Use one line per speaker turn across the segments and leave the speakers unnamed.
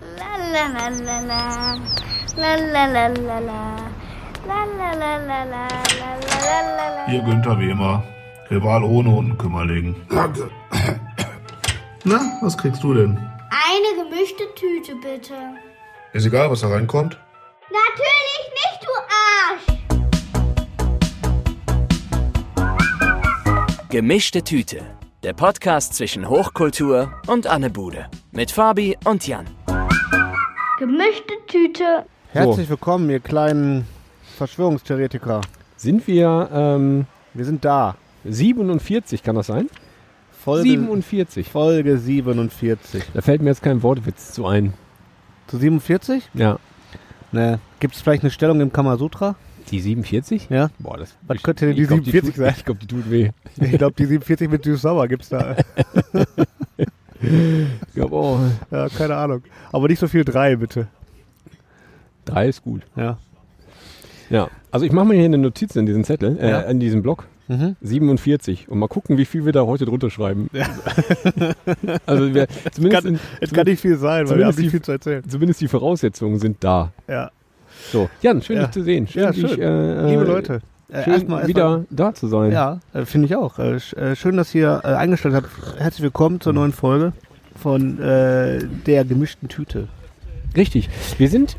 la la la la. La la la la la. La la la la la. La la la la la.
Ihr Günther wie immer. Rival ohne Unkümmerling.
Danke.
Na, was kriegst du denn?
Eine gemischte Tüte bitte.
Ist egal, was da reinkommt.
Natürlich nicht, du Arsch!
Gemischte Tüte. Der Podcast zwischen Hochkultur und Anne Bude. Mit Fabi und Jan.
Gemischte Tüte.
Herzlich willkommen, ihr kleinen Verschwörungstheoretiker.
Sind wir ähm,
Wir sind da.
47, kann das sein?
Folge,
47.
Folge 47.
Da fällt mir jetzt kein Wortwitz zu ein.
Zu 47?
Ja.
Ne. Gibt es vielleicht eine Stellung im Kamasutra?
Die 47?
Ja.
Boah, das.
Was könnte denn
ich
die
glaub,
47
tut,
sein?
Ich glaube, die tut weh.
Ich glaube, die 47 mit Süß Sauer gibt es da.
Ich glaube, oh,
Ja, keine Ahnung. Aber nicht so viel 3, bitte.
drei ist gut.
Ja.
Ja. Also, ich mache mir hier eine Notiz in diesen Zettel, äh,
Ja.
in diesem Block.
Mhm.
47. Und mal gucken, wie viel wir da heute drunter schreiben. also, wir, zumindest,
Kann-
in,
Es kann nicht viel sein, weil wir haben
Zumindest
nicht
die-
viel zu erzählen.
zumindest die Voraussetzungen sind da.
Ja.
So. Jan, schön,
Ja.
dich zu sehen. Schön,
Ja,
Dich,
schön.
äh,
Liebe
äh,
Leute, äh, erstmal-
Schön,
erstmal-
wieder da zu sein.
Ja, äh, finde ich auch. Äh, sch- äh, schön, dass ihr äh, eingestellt habt. Herzlich willkommen zur neuen Folge von äh, der gemischten Tüte.
Richtig. Wir sind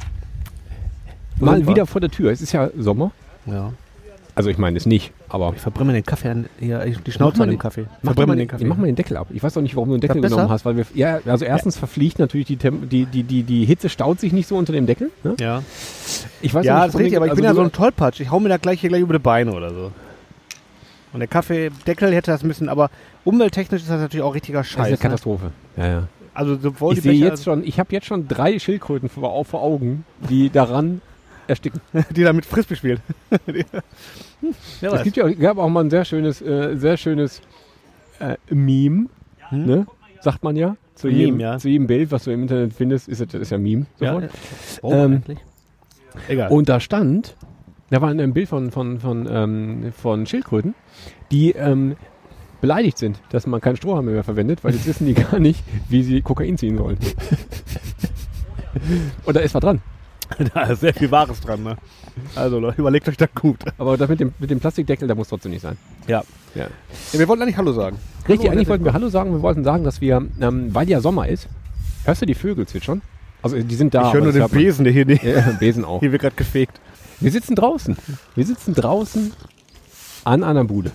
Wo
mal
sind wir?
wieder vor der Tür. Es ist ja Sommer.
Ja.
Also ich meine es nicht, aber
Ich verbrenne mir den Kaffee an, hier, ich, die Schnauze
mal
an dem
den-
Kaffee.
mach
Verbrenne
mal,
mir
den, mach mal den Deckel ab. Ich weiß auch nicht, warum du einen Deckel
Klappt
genommen
besser?
hast, weil wir ja also erstens verfliegt natürlich die, Temp die, die, die, die Hitze staut sich nicht so unter dem Deckel. Ne?
Ja,
Ich weiß
ja
auch
das
nicht,
ist richtig, aber ich
also
bin ja
du-
so ein Tollpatsch. Ich hau mir da gleich hier gleich über die Beine oder so. Und der Kaffeedeckel hätte das müssen, aber umwelttechnisch ist das natürlich auch richtiger
das ist eine
Scheiß. Ne?
Katastrophe. Ja, ja.
Also sowohl
Ich
die
sehe
Becher,
jetzt schon, ich habe jetzt schon drei Schildkröten vor, vor Augen, die daran ersticken.
die da mit Frisbee spielen. ja,
Es gibt ja, gab auch mal ein sehr schönes, äh, sehr schönes äh, Meme,
Hm?
ne? sagt man ja. Zu,
Meme,
jedem,
ja.
zu jedem Bild, was du im Internet findest, ist, das ist ja Meme.
ja,
Sofort.
ja.
Ähm,
eigentlich? Egal.
Und da stand, da war ein Bild von, von, von, ähm, von Schildkröten, die ähm, beleidigt sind, dass man keinen Strohhalm mehr verwendet, weil jetzt wissen die gar nicht, wie sie Kokain ziehen sollen. Und da ist was dran.
da ist sehr viel Wahres dran. Ne? Also Leute, überlegt euch das gut.
Aber das mit dem, mit dem Plastikdeckel, da muss trotzdem nicht sein.
Ja.
Ja.
Ja, wir wollten eigentlich Hallo sagen.
Richtig,
Hallo,
eigentlich wollten
herzlich
wir Hallo sagen. Wir wollten sagen, dass wir, ähm, weil ja Sommer ist, hörst du die Vögel zwitschern? Also die sind da.
Ich höre
aber
nur
das
den
hört man.
Besen, der hier, nicht-
Ja, Besen auch.
hier wird gerade gefegt.
Wir sitzen draußen. Wir sitzen draußen an einer Bude.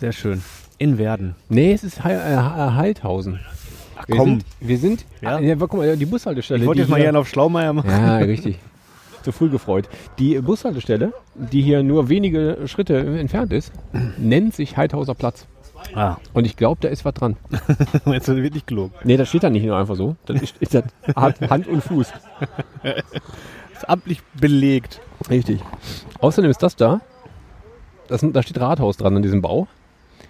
Sehr schön. In Werden.
Nee, es ist He äh, He- Heidhausen. Ach wir
komm.
Sind, wir sind.
Ja?
Ja? ja, guck mal, die Bushaltestelle.
Ich wollte
die
jetzt mal
hier-
hier auf Schlaumeier machen.
Ja, richtig. Zu früh gefreut. Die Bushaltestelle, die hier nur wenige Schritte entfernt ist, nennt sich Heidhauser Platz.
Ah.
Und ich glaube, da ist was dran.
Jetzt wird nicht gelogen.
Nee, das steht da nicht nur einfach so. Das, ist, das hat Hand und Fuß.
Ist amtlich belegt.
Richtig. Außerdem ist das da. Das, da steht Rathaus dran an diesem Bau.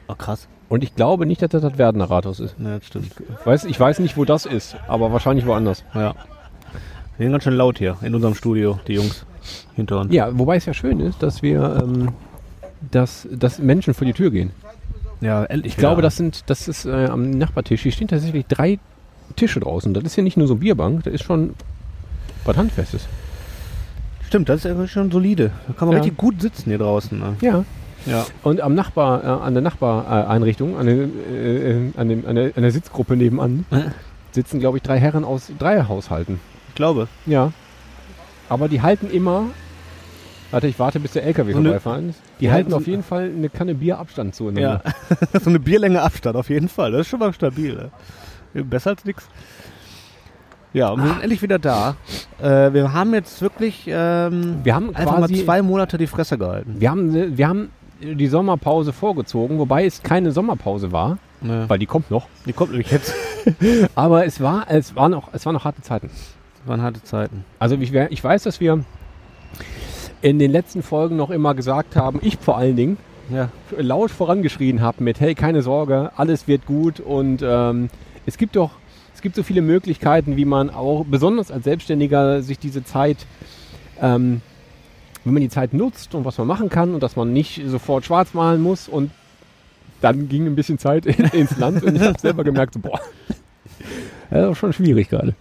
Oh, krass.
Und ich glaube nicht, dass das das Werdener Rathaus ist.
Ja, das stimmt.
Weiß, ich weiß nicht, wo das ist, aber wahrscheinlich woanders.
Ja. Wir sind ganz schön laut hier in unserem Studio, die Jungs. Hinter uns.
Ja, wobei es ja schön ist, dass wir, ähm, dass, dass Menschen vor die Tür gehen.
ja endlich.
Ich glaube, das sind, das ist äh, am Nachbartisch. Hier stehen tatsächlich drei Tische draußen. Das ist hier nicht nur so Bierbank, das ist schon was Handfestes.
Stimmt, das ist ja schon solide. Da kann man
Ja.
richtig gut sitzen hier draußen. Ne?
Ja.
Ja.
Und am Nachbar, äh, an der Nachbareinrichtung, an, den, äh, äh, an, dem, an, der, an der Sitzgruppe nebenan, sitzen, glaube ich, drei Herren aus drei Haushalten.
Ich glaube.
Ja. Aber die halten immer. Warte, ich warte, bis der LKW
So eine-
vorbeifahren ist. Die
Ja,
halten
so-
auf jeden Fall eine Kanne Bier Abstand zueinander.
Ja. so eine Bierlänge Abstand auf jeden Fall. Das ist schon mal stabil. Ne? Besser als nichts. Ja, und wir sind endlich wieder da. Äh, wir haben jetzt wirklich ähm,
Wir haben
einfach mal
quasi
zwei Monate die Fresse gehalten.
Wir haben, ne- wir haben die Sommerpause vorgezogen, wobei es keine Sommerpause war,
Ne?
weil die kommt noch.
Die kommt nämlich jetzt.
Aber es war, es waren auch, es waren noch harte Zeiten.
Das waren harte Zeiten.
Also ich, wär- ich weiß, dass wir in den letzten Folgen noch immer gesagt haben, ich vor allen Dingen
Ja.
laut vorangeschrien habe mit, hey, keine Sorge, alles wird gut und ähm, es gibt doch, es gibt so viele Möglichkeiten, wie man auch besonders als Selbstständiger sich diese Zeit, ähm, wenn man die Zeit nutzt und was man machen kann und dass man nicht sofort schwarz malen muss und dann ging ein bisschen Zeit in, ins Land und ich habe selber gemerkt, so, boah, das ist auch schon schwierig gerade.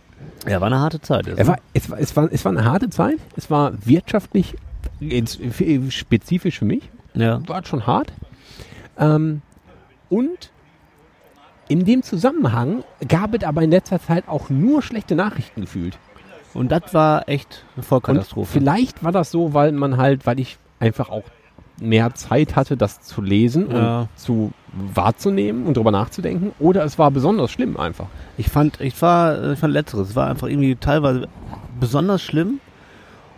Ja, war eine harte Zeit.
Es war, es, war, es, war, es war eine harte Zeit. Es war wirtschaftlich, jetzt f- spezifisch für mich,
ne? ja.
war schon hart. Ähm, und in dem Zusammenhang gab es aber in letzter Zeit auch nur schlechte Nachrichten gefühlt.
Und das war echt eine Vollkatastrophe.
Und vielleicht war das so, weil man halt, weil ich einfach auch mehr Zeit hatte, das zu lesen
Ja.
und zu wahrzunehmen und drüber nachzudenken. Oder es war besonders schlimm einfach.
Ich fand, ich war, ich fand letzteres. Es war einfach irgendwie teilweise besonders schlimm.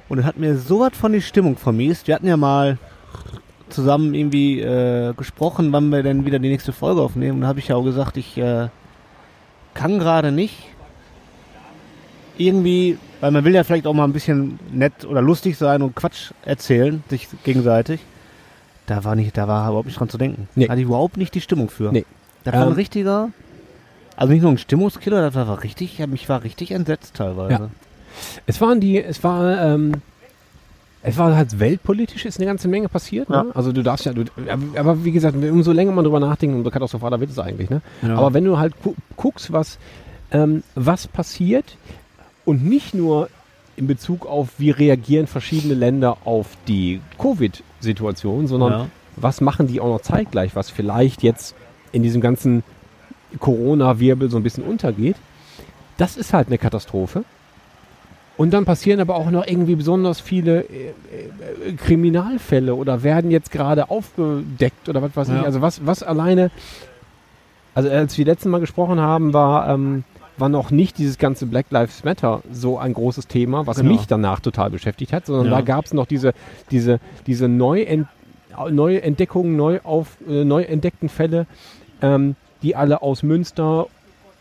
Und es hat mir so was von die Stimmung vermiest. Wir hatten ja mal zusammen irgendwie äh, gesprochen, wann wir denn wieder die nächste Folge aufnehmen. Und da habe ich ja auch gesagt, ich äh, kann gerade nicht. Irgendwie, weil man will ja vielleicht auch mal ein bisschen nett oder lustig sein und Quatsch erzählen, sich gegenseitig. Da war nicht, da war überhaupt nicht dran zu denken.
Nee.
Hatte ich überhaupt nicht die Stimmung für.
Nee.
Das war ein
Ähm,
richtiger, also nicht nur ein Stimmungskiller, das war, war richtig, ja, mich war richtig entsetzt teilweise.
Es waren die, es war, ähm, es war halt weltpolitisch ist eine ganze Menge passiert. Ne?
Ja.
Also du darfst ja, du, aber wie gesagt, umso länger man drüber nachdenkt, umso katastrophaler wird es eigentlich. Ne?
Ja.
Aber wenn du halt gu guckst, was, ähm, was passiert und nicht nur in Bezug auf, wie reagieren verschiedene Länder auf die Covid-Situation, sondern
Ja.
was machen die auch noch zeitgleich, was vielleicht jetzt in diesem ganzen Corona-Wirbel so ein bisschen untergeht. Das ist halt eine Katastrophe. Und dann passieren aber auch noch irgendwie besonders viele äh, äh, äh, Kriminalfälle oder werden jetzt gerade aufgedeckt oder was weiß
Ja.
ich. Also was, was alleine, also als wir letzten Mal gesprochen haben, war, ähm, war noch nicht dieses ganze Black Lives Matter so ein großes Thema, was
Genau.
mich danach total beschäftigt hat, sondern
Ja.
da gab es noch diese, diese, diese Neuent neue Entdeckungen, neu, auf, äh, neu entdeckten Fälle, ähm, die alle aus Münster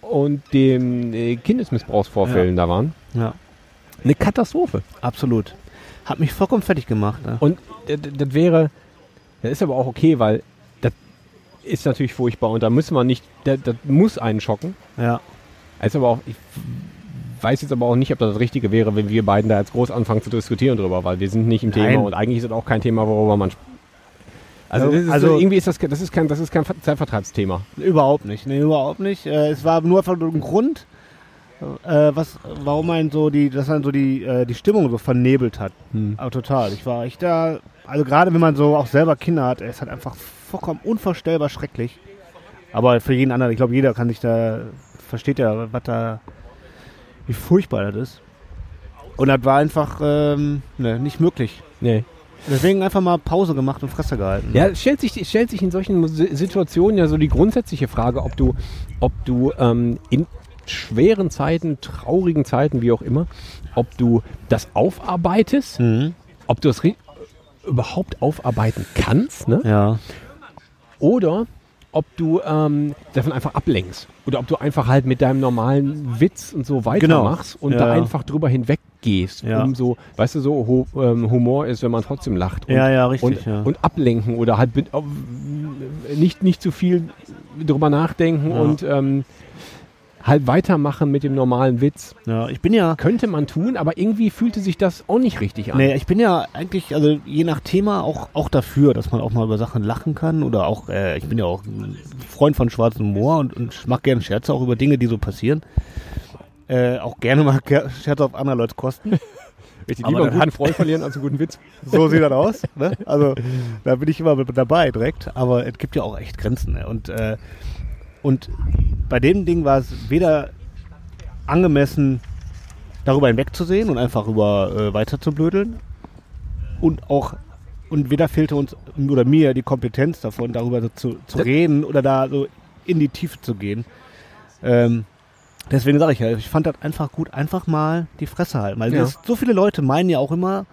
und dem äh, Kindesmissbrauchsvorfällen da waren.
Ja.
Eine Katastrophe.
Absolut. Hat mich vollkommen fertig gemacht. Ne?
Und d- d- das wäre, das ist aber auch okay, weil das ist natürlich furchtbar und da müssen wir nicht, das, das muss einen schocken.
Ja.
Ist aber auch, ich weiß jetzt aber auch nicht, ob das das Richtige wäre, wenn wir beiden da jetzt groß anfangen zu diskutieren drüber, weil wir sind nicht im
Nein.
Thema und eigentlich ist das auch kein Thema, worüber man sp- also,
Ja,
das ist,
also-
irgendwie ist das, ke- das ist kein, das ist kein Ver- Zeitvertreibsthema.
Überhaupt nicht. Nee, überhaupt nicht. Äh, es war nur einfach nur ein Grund, äh, was, warum einen so die, dass einen so die, äh, die Stimmung so vernebelt hat.
Hm.
Aber total. Ich war echt da, also gerade wenn man so auch selber Kinder hat, es hat einfach vollkommen unvorstellbar schrecklich. Aber für jeden anderen, ich glaube, jeder kann sich da, versteht ja, was da, wie furchtbar das ist. Und das war einfach ähm, ne, nicht möglich.
Nee.
Deswegen einfach mal Pause gemacht und Fresse gehalten.
Ja, es stellt sich, es stellt sich in solchen Si- Situationen ja so die grundsätzliche Frage, ob du, ob du ähm, in schweren Zeiten, traurigen Zeiten, wie auch immer, ob du das aufarbeitest,
Mhm.
ob du es ri- überhaupt aufarbeiten kannst, ne?
Ja.
oder ob du ähm, davon einfach ablenkst oder ob du einfach halt mit deinem normalen Witz und so weitermachst und
Ja,
da
Genau. ja.
einfach drüber hinweggehst,
Ja.
um so, weißt du, so ho, ähm, Humor ist, wenn man trotzdem lacht und,
Ja, ja, richtig,
und,
ja.
und ablenken oder halt mit- auf- nicht nicht zu viel drüber nachdenken
Ja.
und ähm, halt weitermachen mit dem normalen Witz
ja. Ich bin ja
könnte man tun, aber irgendwie fühlte sich das auch nicht richtig an.
Nee, ich bin ja eigentlich, also je nach Thema auch, auch dafür, dass man auch mal über Sachen lachen kann oder auch, äh, ich bin ja auch ein Freund von schwarzem Humor und, und mache gerne Scherze auch über Dinge, die so passieren. Äh, auch gerne mal Ger- Scherze auf andere Leute kosten.
Richtig,
aber
lieber einen
dann
guten Freund verlieren als einen guten Witz.
So sieht das aus. Ne? Also da bin ich immer mit dabei direkt. Aber es gibt ja auch echt Grenzen. Ne? Und, äh, und bei dem Ding war es weder angemessen, darüber hinwegzusehen und einfach über äh, weiter zu blödeln. Und auch und weder fehlte uns oder mir die Kompetenz davon, darüber so zu, zu reden oder da so in die Tiefe zu gehen. Ähm, deswegen sage ich ja, ich fand das einfach gut, einfach mal die Fresse halten. Weil
Ja.
das- so viele Leute meinen ja auch immer,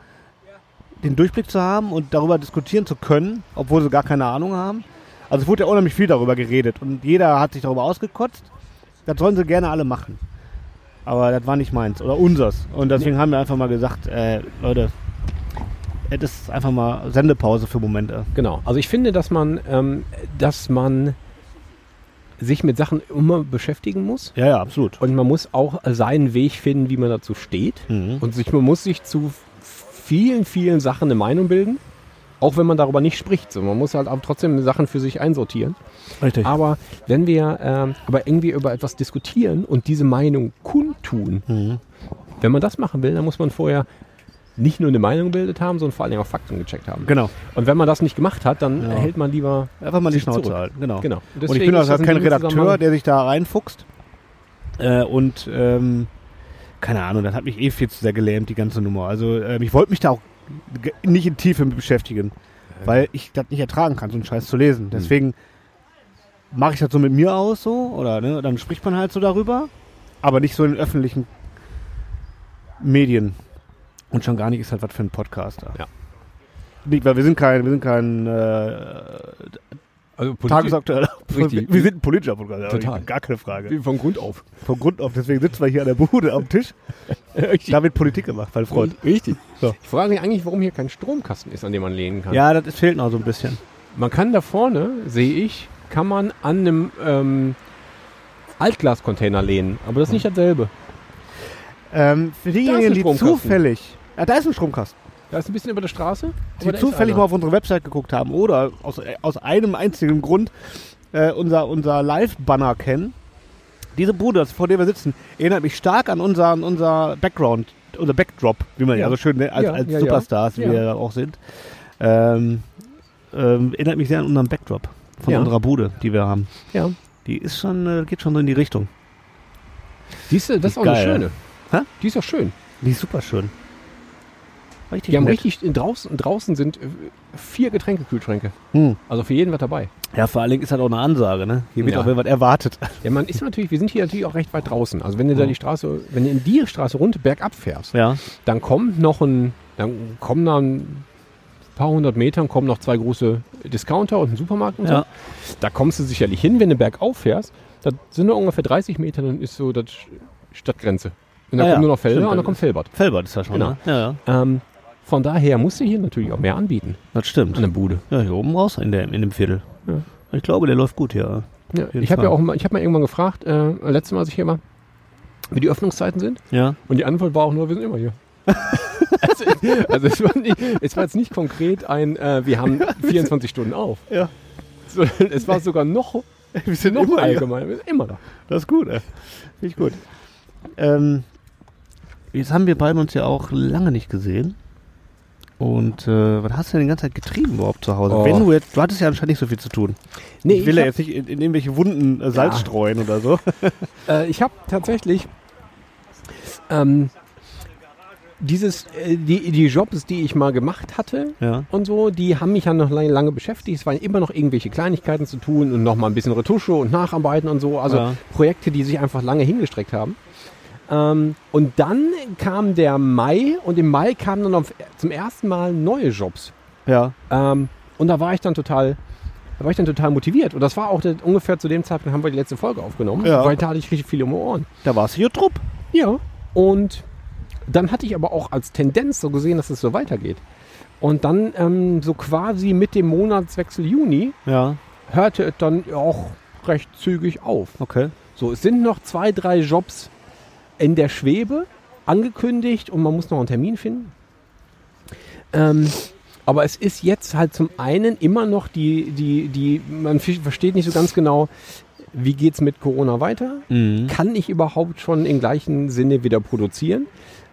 den Durchblick zu haben und darüber diskutieren zu können, obwohl sie gar keine Ahnung haben. Also es wurde ja unheimlich viel darüber geredet und jeder hat sich darüber ausgekotzt. Das sollen sie gerne alle machen. Aber das war nicht meins oder unsers. Und deswegen haben wir einfach mal gesagt, äh, Leute, es ist einfach mal Sendepause für Momente.
Genau. Also ich finde, dass man, ähm, dass man sich mit Sachen immer beschäftigen muss
Ja, ja, absolut.
und man muss auch seinen Weg finden, wie man dazu steht
Mhm.
und sich, man muss sich zu vielen, vielen Sachen eine Meinung bilden Auch wenn man darüber nicht spricht. So, man muss halt auch trotzdem Sachen für sich einsortieren.
Richtig.
Aber wenn wir ähm, aber irgendwie über etwas diskutieren und diese Meinung kundtun, wenn man das machen will, dann muss man vorher nicht nur eine Meinung gebildet haben, sondern vor allen Dingen auch Fakten gecheckt haben.
Genau.
Und wenn man das nicht gemacht hat, dann
Ja.
hält man lieber
Einfach mal die
sich
Schnauze
zurück.
halten. Genau.
Genau.
Und ich
Deswegen
bin
ist
also
das in
kein
diesem
Redakteur,
Zusammenhang-
der sich da reinfuchst. Äh, und ähm, keine Ahnung, das hat mich eh viel zu sehr gelähmt, die ganze Nummer. Also ähm, ich wollte mich da auch ge- nicht in Tiefe mit beschäftigen, weil ich das nicht ertragen kann, so einen Scheiß zu
Hm.
lesen. Deswegen mache ich das so mit mir aus so, oder ne, dann spricht man halt so darüber, aber nicht so in öffentlichen Medien. Und schon gar nicht ist halt was für ein Podcast da.
Ja.
Nicht, weil wir sind kein, wir sind kein äh,
also politisch,
tagesaktueller.
Richtig.
Wir sind ein politischer Podcast,
Total.
Total. gar keine Frage.
von Grund auf.
Vom Grund auf, deswegen sitzen wir hier an der Bude am Tisch. Da wird Politik gemacht, mein Freund.
Richtig.
So.
Ich frage mich eigentlich, warum hier kein Stromkasten ist, an dem man lehnen kann.
Ja, das ist- fehlt noch so ein bisschen.
Man kann da vorne, sehe ich, kann man an einem ähm, Altglascontainer lehnen, aber das ist nicht dasselbe.
Ähm, für
Da ist ein
diejenigen, die
Stromkasten.
zufällig. Ja, da ist ein Stromkasten.
Da ist ein bisschen über der Straße.
Die zufällig mal auf unsere Website geguckt haben oder aus, äh, aus einem einzigen Grund äh, unser, unser Live-Banner kennen. Diese Bude, das- vor der wir sitzen, erinnert mich stark an unser, an unser Background, unser Backdrop, wie man ja,
Ja.
so schön nennt, als,
Ja,
als
ja, ja.
Superstars, wie
Ja.
wir auch sind. Ähm, ähm, erinnert mich sehr an unseren Backdrop von
Ja.
unserer Bude, die wir haben.
Ja.
Die ist schon, äh, geht schon so in die Richtung.
Die ist, äh, das ist auch
Geil.
eine schöne.
Hä?
Die ist doch schön.
Die ist super schön. Richtig
Die haben
nett.
richtig in draußen, draußen sind äh, vier Getränkekühlschränke.
Hm.
Also für jeden was dabei.
Ja, vor allen Dingen ist halt auch eine Ansage, ne? Hier wird
Ja.
auch irgendwas erwartet.
Ja, man ist natürlich, wir sind hier natürlich auch recht weit draußen. Also wenn du da
Ja.
die Straße, wenn du in die Straße runter bergab fährst,
Ja.
dann kommt noch ein, dann kommen da ein paar hundert Metern kommen noch zwei große Discounter und ein Supermarkt und
Ja.
so. Da kommst du sicherlich hin, wenn du bergauf fährst. Da sind noch ungefähr 30 Meter, dann ist so das Sch- Stadtgrenze. Und dann
Ah ja,
kommen nur noch Felder
stimmt,
und dann
dann
kommt
ist-
Felbert.
Felbert ist das schon,
Genau.
ne? Ja, ja.
Ähm, von daher musst du hier natürlich auch mehr anbieten
Das stimmt.
an der Bude.
Ja, hier oben raus in, der, in dem Viertel.
Ja.
Ich glaube, der läuft gut hier.
Ja,
jeden
ich habe
Fall.
ja auch mal, ich habe mal irgendwann gefragt, äh, letztes Mal, als ich hier war, wie die Öffnungszeiten sind.
Ja.
Und die Antwort war auch nur, wir sind immer hier. also, also es, war nicht, es war jetzt nicht konkret ein, äh, wir haben 24 Stunden auf.
Ja.
So, es war sogar noch,
Wir sind
noch
immer hier.
allgemein, wir sind immer da.
Das ist gut, ey. Finde ich gut. Ähm, jetzt haben wir beide uns ja auch lange nicht gesehen. Und äh, was hast du denn die ganze Zeit getrieben überhaupt zu Hause?
Oh.
Wenn du jetzt, du hattest ja anscheinend nicht so viel zu tun.
Nee,
ich will ja jetzt nicht in, in irgendwelche Wunden äh, Salz
Ja.
streuen oder so.
Äh, ich habe tatsächlich ähm, dieses, äh, die, die Jobs, die ich mal gemacht hatte
Ja.
und so, die haben mich ja noch lange, lange beschäftigt. Es waren immer noch irgendwelche Kleinigkeiten zu tun und noch mal ein bisschen Retusche und Nacharbeiten und so. Also
Ja.
Projekte, die sich einfach lange hingestreckt haben. Ähm, und dann kam der Mai und im Mai kamen dann auf, zum ersten Mal neue Jobs.
Ja.
Ähm, und da war ich dann total, da war ich dann total motiviert. Und das war auch der, ungefähr zu dem Zeitpunkt, haben wir die letzte Folge aufgenommen,
Ja.
weil da hatte ich richtig viel um die Ohren.
Da war es hier Trupp.
Ja. Und dann hatte ich aber auch als Tendenz so gesehen, dass es so weitergeht. Und dann ähm, so quasi mit dem Monatswechsel Juni
Ja.
hörte es dann auch recht zügig auf.
Okay.
So, es sind noch zwei, drei Jobs in der Schwebe angekündigt und man muss noch einen Termin finden. Ähm, aber es ist jetzt halt zum einen immer noch die, die, die, man f- versteht nicht so ganz genau, wie geht's mit Corona weiter?
Mhm.
Kann ich überhaupt schon im gleichen Sinne wieder produzieren?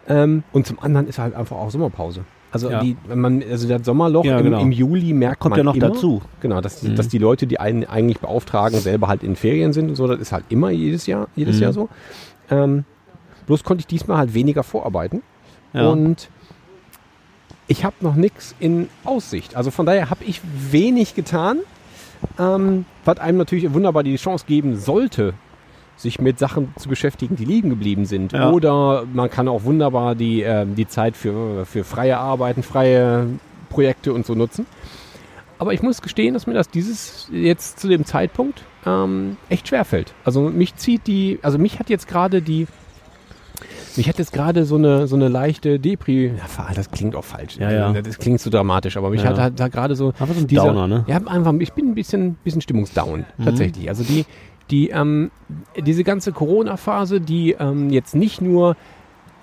Ähm, und zum anderen ist halt einfach auch Sommerpause. Also,
Ja.
die, wenn man, also das Sommerloch
Ja,
im,
genau.
im Juli merkt
Kommt
man
ja noch
immer,
dazu. Mhm.
Genau, dass, dass die Leute, die einen eigentlich beauftragen, selber halt in Ferien sind und so, das ist halt immer jedes Jahr, jedes
Mhm.
Jahr so. Ähm, bloß konnte ich diesmal halt weniger vorarbeiten
Ja.
und ich habe noch nichts in Aussicht. Also von daher habe ich wenig getan, ähm, was einem natürlich wunderbar die Chance geben sollte, sich mit Sachen zu beschäftigen, die liegen geblieben sind.
Ja.
Oder man kann auch wunderbar die, ähm, die Zeit für, für freie Arbeiten, freie Projekte und so nutzen. Aber ich muss gestehen, dass mir das dieses jetzt zu dem Zeitpunkt ähm, echt schwerfällt. Also mich zieht die, also mich hat jetzt gerade die, mich hat jetzt gerade so eine, so eine leichte Depri, ja, das klingt auch falsch.
Ja, ja.
Das klingt so dramatisch, aber mich
Ja.
hat halt da gerade so,
Aber so ein
dieser-
Downer, ne? Mhm.
ja, einfach, ich bin ein bisschen, bisschen stimmungsdown, tatsächlich. Also die, die, ähm, diese ganze Corona-Phase, die ähm, jetzt nicht nur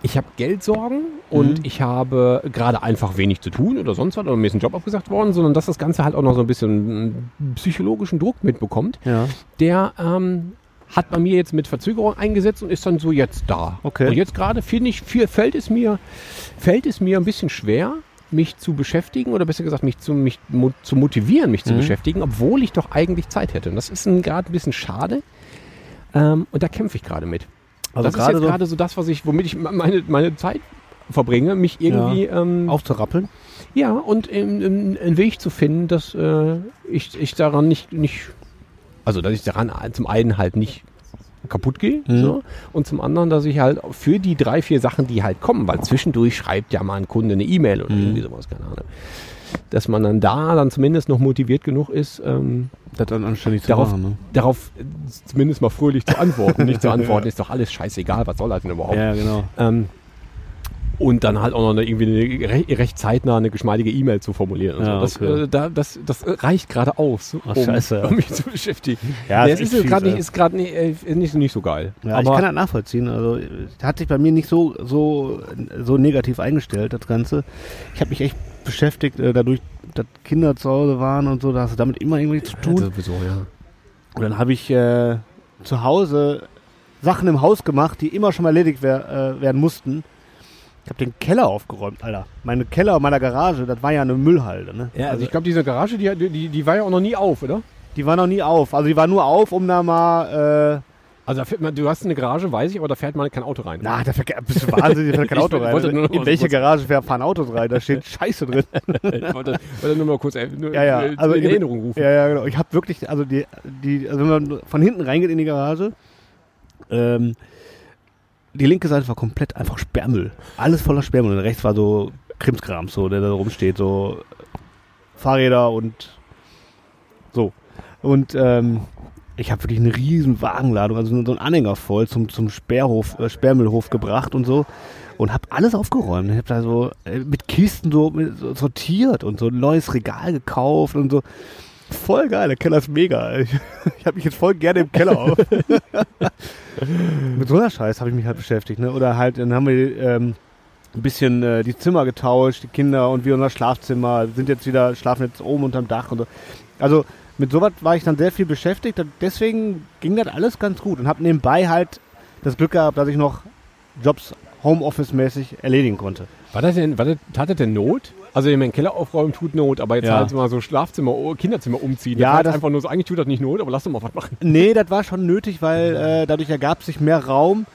ich habe Geldsorgen und
Mhm.
ich habe gerade einfach wenig zu tun oder sonst was, oder mir ist ein Job abgesagt worden, sondern dass das Ganze halt auch noch so ein bisschen mm, psychologischen Druck mitbekommt.
Ja.
Der ähm, hat bei mir jetzt mit Verzögerung eingesetzt und ist dann so jetzt da.
Okay.
Und jetzt gerade finde ich, viel, fällt es mir, fällt es mir ein bisschen schwer, mich zu beschäftigen oder besser gesagt, mich zu, mich mo zu motivieren, mich
Mhm.
zu beschäftigen, obwohl ich doch eigentlich Zeit hätte. Und das ist ein- gerade ein bisschen schade. Ähm, und da kämpfe ich gerade mit.
Also
das ist
gerade
jetzt
so-
gerade so das, was ich, womit ich meine, meine Zeit verbringe, mich irgendwie ähm,
Aufzurappeln.
ja, und ähm, ähm, einen Weg zu finden, dass äh, ich, ich daran nicht, nicht, also dass ich daran zum einen halt nicht kaputt gehe
Mhm.
so, und zum anderen, dass ich halt für die drei, vier Sachen, die halt kommen, weil zwischendurch schreibt ja mal ein Kunde eine E-Mail oder
Mhm.
irgendwie sowas, keine Ahnung, dass man dann da dann zumindest noch motiviert genug ist, ähm,
Das dann anständig zu
darauf,
machen. Ne?
darauf äh, zumindest mal fröhlich zu antworten. nicht zu antworten ist doch alles scheißegal, was soll das denn überhaupt?
Ja, genau.
Ähm, und dann halt auch noch eine, irgendwie eine, re- recht zeitnah eine geschmeidige E-Mail zu formulieren. Und
Ja,
so. das,
okay.
äh, da, das, das reicht gerade aus,
Ach,
um,
scheiße, ja.
um mich zu beschäftigen.
Ja,
Nee,
das
es
ist
ist gerade
fies,
nicht,
ey.
ist grad nicht, äh, nicht, nicht so geil.
Ja, ich
Aber
kann das nachvollziehen. Also es hat sich bei mir nicht so so so negativ eingestellt das Ganze. Ich habe mich echt beschäftigt äh, dadurch, dass Kinder zu Hause waren und so. Da hast du damit immer irgendwie zu tun.
sowieso, ja.
Und dann habe ich äh, zu Hause Sachen im Haus gemacht, die immer schon mal erledigt wer äh, werden mussten. Ich habe den Keller aufgeräumt, Alter. Meine Keller meiner Garage, das war ja eine Müllhalde. Ne?
ja also ich glaube, diese Garage, die, hat- die, die war ja auch noch nie auf, oder?
Die war noch nie auf. Also die war nur auf, um da mal. Äh,
Also da fährt man, du hast eine Garage, weiß ich, aber da fährt man kein Auto rein.
na, da fährt, ke- bist du wahnsinnig, da fährt kein
Ich
Auto rein.
wollte nur noch
In
was-
welche Garage fährt- fahren Autos rein? Da steht Scheiße drin.
ich wollte, wollte nur mal kurz äh, nur,
Ja, ja.
äh,
Also
in
ihr-
Erinnerung rufen.
Ja, ja, genau. Ich habe wirklich, also die, die, also wenn man von hinten reingeht in die Garage, ähm, die linke Seite war komplett einfach Sperrmüll. Alles voller Sperrmüll. Und rechts war so Krimskrams, so, der da rumsteht, so Fahrräder und so. Und ähm, ich habe wirklich eine riesen Wagenladung, also so einen Anhänger voll zum, zum Sperrhof, äh, Sperrmüllhof gebracht und so. Und habe alles aufgeräumt. Ich habe da so äh, mit Kisten so, mit, so sortiert und so ein neues Regal gekauft und so. Voll geil, der Keller ist mega. Ich, ich habe mich jetzt voll gerne im Keller auf. Mit so einer Scheiß habe ich mich halt beschäftigt. Ne? Oder halt, dann haben wir ähm, ein bisschen äh, die Zimmer getauscht, die Kinder und wir unser Schlafzimmer sind jetzt wieder, schlafen jetzt oben unterm Dach. Und so. Also mit sowas war ich dann sehr viel beschäftigt. Und deswegen ging das alles ganz gut und habe nebenbei halt das Glück gehabt, dass ich noch Jobs Homeoffice-mäßig erledigen konnte.
War das denn, war das, tat das denn Not? Also ich mein Keller aufräumen tut Not, aber jetzt
Ja.
halt mal so Schlafzimmer, oh, Kinderzimmer umziehen.
Ja,
war jetzt
das-
einfach nur so, eigentlich tut das nicht Not, aber lass doch mal was machen.
Nee, das war schon nötig, weil äh, dadurch ergab sich mehr Raum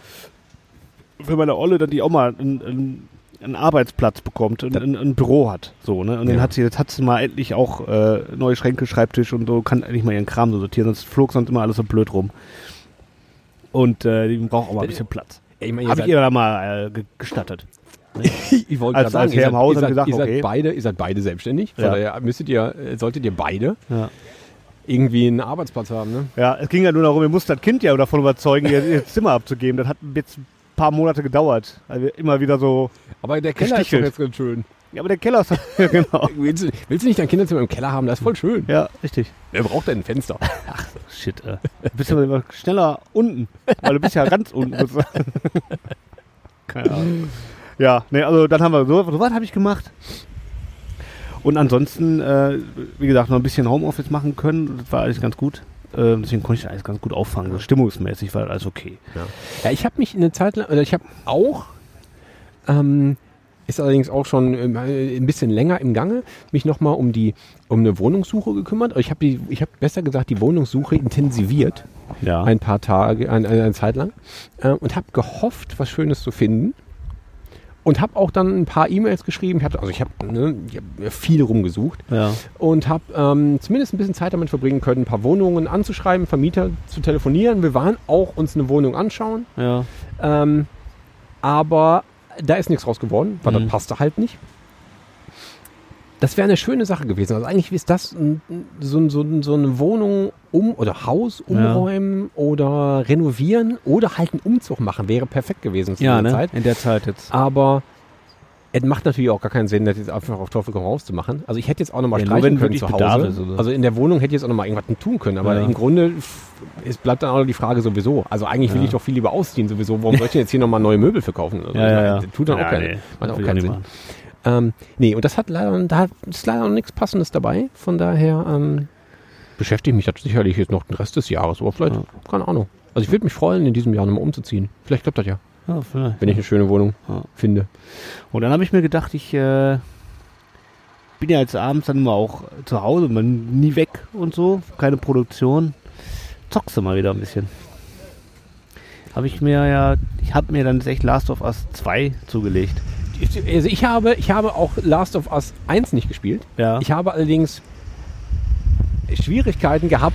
für meine Olle, dass die auch mal einen, einen, einen Arbeitsplatz bekommt, ein, ein, ein Büro hat. So, ne? Und dann
Ja.
hat sie, jetzt hat sie mal endlich auch äh, neue Schränke, Schreibtisch und so, kann endlich mal ihren Kram so sortieren, sonst flog sonst immer alles so blöd rum. Und äh, die braucht auch mal ein bisschen Platz.
Ich, mein, ihr
Habe ich
seid-
ihr da mal äh, ge- gestattet.
ich wollte
als-
gerade sagen,
als Herr
ihr seid,
im Haus
ihr
haben
seid,
gesagt,
ihr seid
okay.
beide, ihr seid beide selbstständig. Von
Ja.
daher müsstet ihr, äh, solltet ihr beide
Ja.
irgendwie einen Arbeitsplatz haben. Ne?
Ja, es ging ja nur darum, wir mussten das Kind ja davon überzeugen, ihr, ihr Zimmer abzugeben. Das hat jetzt ein paar Monate gedauert. Weil wir immer wieder so.
Aber der Keller
Gestichelt.
ist doch jetzt ganz schön.
Ja, aber der Keller ist. ja, genau.
Willst du, willst du nicht dein Kinderzimmer im Keller haben? Das ist voll schön.
Ja, richtig.
Wer braucht denn ein Fenster?
Shit, äh. Du bist aber immer schneller unten, weil du bist ja ganz unten. sozusagen. Keine Ahnung. Ja, nee, also dann haben wir so, so was habe ich gemacht. Und ansonsten, äh, wie gesagt, noch ein bisschen Homeoffice machen können. Das war alles ganz gut. Ähm, deswegen konnte ich das alles ganz gut auffangen. So stimmungsmäßig war das alles okay.
Ja, ich habe mich eine Zeit lang, oder ich habe auch, ähm, ist allerdings auch schon ähm, äh, ein bisschen länger im Gange, mich nochmal um die, um eine Wohnungssuche gekümmert. Also Ich habe die, ich habe besser gesagt die Wohnungssuche intensiviert
Ja.
ein paar Tage, ein, eine, eine Zeit lang äh, und habe gehofft, was Schönes zu finden. Und habe auch dann ein paar E-Mails geschrieben. Ich hatte, also ich habe ne, ich hab viel rumgesucht
ja.
und habe ähm, zumindest ein bisschen Zeit damit verbringen können, ein paar Wohnungen anzuschreiben, Vermieter zu telefonieren. Wir waren auch uns eine Wohnung anschauen.
Ja.
Ähm, aber da ist nichts raus geworden, weil das passte halt nicht. Das wäre eine schöne Sache gewesen. Also eigentlich ist das ein, so, ein- so, ein- so eine Wohnung um oder Haus umräumen oder
ne?
renovieren oder halt einen Umzug machen wäre perfekt gewesen zu dieser Zeit.
In der Zeit jetzt.
Aber Es macht natürlich auch gar keinen Sinn, das jetzt einfach auf Teufel komm raus zu machen. Also ich hätte jetzt auch nochmal
Ja, nur wenn
streichen können
wirklich
zu
Bedarf
Hause.
ist, oder?
Also in der Wohnung hätte ich jetzt auch nochmal irgendwas tun können. Aber
Ja.
im Grunde pff, es bleibt dann auch noch die Frage sowieso. Also eigentlich will ich doch viel lieber ausziehen sowieso. Warum soll ich denn jetzt hier nochmal neue Möbel verkaufen? Also ich meine, das Tut dann auch,
Ja,
keinen,
nee,
macht auch
will ich
keinen
nicht
Sinn.
machen.
Ähm, nee, und das hat leider, da ist leider noch nichts Passendes dabei. Von daher ähm, beschäftige ich mich das sicherlich jetzt noch den Rest des Jahres. Aber vielleicht, keine Ahnung. Also ich würde mich freuen, in diesem Jahr nochmal umzuziehen. Vielleicht klappt das ja,
Ja, vielleicht.
wenn ich eine schöne Wohnung
Ja.
finde.
Und dann habe ich mir gedacht, ich äh, bin ja jetzt abends dann immer auch zu Hause, man nie weg und so, keine Produktion. Zockst du mal wieder ein bisschen. Habe ich mir ja, ich habe mir dann jetzt echt Last of Us 2 zugelegt.
Also ich habe, ich habe auch Last of Us 1 nicht gespielt.
Ja.
Ich habe allerdings Schwierigkeiten gehabt,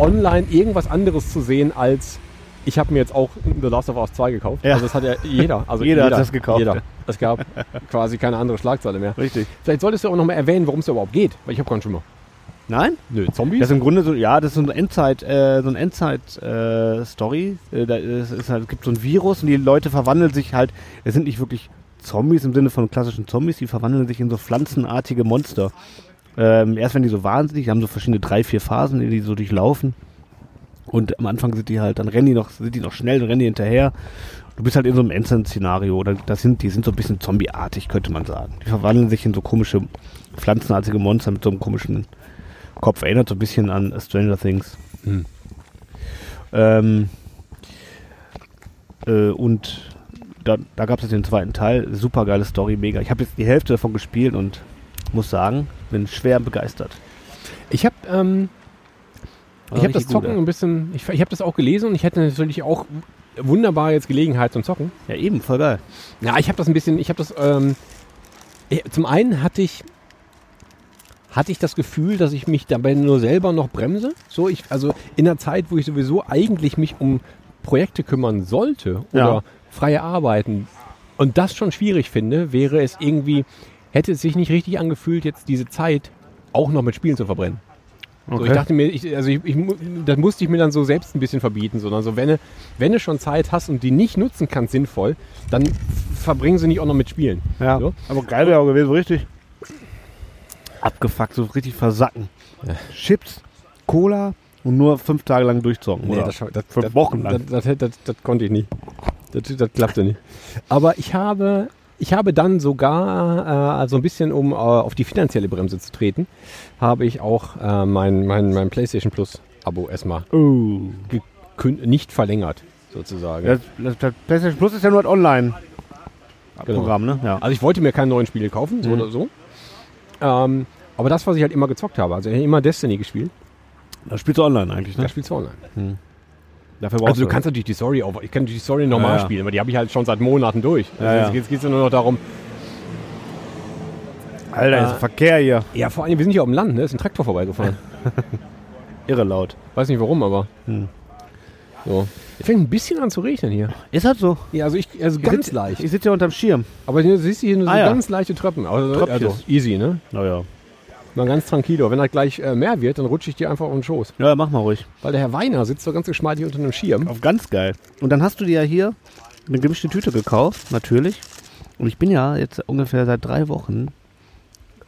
online irgendwas anderes zu sehen als ich habe mir jetzt auch The Last of Us 2 gekauft.
Ja.
Also das hat ja jeder. Also
Jeder
jeder,
hat das gekauft.
Jeder. Es gab quasi keine andere Schlagzeile mehr.
Richtig.
Vielleicht solltest du auch nochmal erwähnen, worum es da überhaupt geht. Weil ich habe keinen Schimmer.
Nein?
Nö, Zombies?
Das ist im Grunde so, ja, das ist so ein Endzeit, äh, so ein Endzeit-Story. Äh, da ist, ist halt, es gibt so ein Virus und die Leute verwandeln sich halt. Es sind nicht wirklich Zombies im Sinne von klassischen Zombies, die verwandeln sich in so pflanzenartige Monster. Ähm, erst wenn die so wahnsinnig, die haben so verschiedene drei, vier Phasen, die die so durchlaufen. Und am Anfang sind die halt, dann rennen die noch, sind die noch schnell, dann rennen die hinterher. Du bist halt in so einem Endszenario. Oder das sind, die sind so ein bisschen zombieartig, könnte man sagen. Die verwandeln sich in so komische pflanzenartige Monster mit so einem komischen Kopf. Erinnert so ein bisschen an Stranger Things. Ähm, äh, und da, da gab es den zweiten Teil. Super geile Story, mega. Ich habe jetzt die Hälfte davon gespielt und muss sagen, bin schwer begeistert.
Ich habe ähm,
War
ich hab das
richtig
Zocken
gut,
ein bisschen... Ich, ich habe das auch gelesen und ich hätte natürlich auch wunderbar jetzt Gelegenheit zum Zocken.
Ja, Ja, eben, voll geil.
Ja, ich habe das ein bisschen, ich habe das, ähm, ich, zum einen hatte ich, hatte ich das Gefühl, dass ich mich dabei nur selber noch bremse. So, ich, also in der Zeit, wo ich sowieso eigentlich mich um Projekte kümmern sollte oder
Ja.
freie Arbeiten und das schon schwierig finde, wäre es irgendwie, hätte es sich nicht richtig angefühlt, jetzt diese Zeit auch noch mit Spielen zu verbrennen. So, ich dachte mir, ich, also ich, ich, mu- das musste ich mir dann so selbst ein bisschen verbieten, sondern so, wenn du, wenn du schon Zeit hast und die nicht nutzen kannst, sinnvoll, dann verbringen sie nicht auch noch mit Spielen.
Ja,
So.
aber geil wäre auch gewesen, richtig. Abgefuckt, so richtig versacken. Chips, Cola und nur fünf Tage lang durchzocken. oder? fünf Wochen lang.
Das, das, das, das konnte ich nicht. Das, das klappte nicht. Aber ich habe, ich habe dann sogar, äh, so ein bisschen, um äh, auf die finanzielle Bremse zu treten, habe ich auch äh, mein, mein, mein PlayStation Plus Abo erstmal
oh.
gekünd- nicht verlängert, sozusagen.
Das, das, das PlayStation Plus ist ja nur ein Online-Programm, ne? Ja.
Also ich wollte mir keine neuen Spiele kaufen,
Mhm.
so oder so. Ähm, aber das, was ich halt immer gezockt habe, also ich habe immer Destiny gespielt,
Da spielst du online eigentlich, ne?
das spielst du online.
Dafür brauchst
Also du kannst natürlich die Story auch, ich kann natürlich die Story normal
Ja, ja.
spielen, aber die habe ich halt schon seit Monaten durch. Also
Ja, ja.
Jetzt, jetzt geht es nur noch darum,
Alter, ist Verkehr hier.
ja vor allem, wir sind hier auf dem Land, ne? ist ein Traktor vorbeigefahren.
Irre laut.
Weiß nicht warum, aber...
Hm.
So. Es fängt ein bisschen an zu regnen hier.
Ist halt so.
Ja, also ich, also ganz leicht.
Ich sitze hier unterm Schirm.
Aber du siehst hier nur so
Ah, ja.
ganz leichte Treppen. Also,
Tröpfchen.
also easy, ne?
Naja.
Mal ganz tranquilo. Wenn das gleich äh, mehr wird, dann rutsche ich dir einfach auf den Schoß.
Ja, mach mal ruhig.
Weil der Herr Weiner sitzt so ganz geschmeidig unter einem Schirm.
Auf ganz geil. Und dann hast du dir ja hier eine gemischte Tüte gekauft, natürlich. Und ich bin ja jetzt ungefähr seit drei Wochen,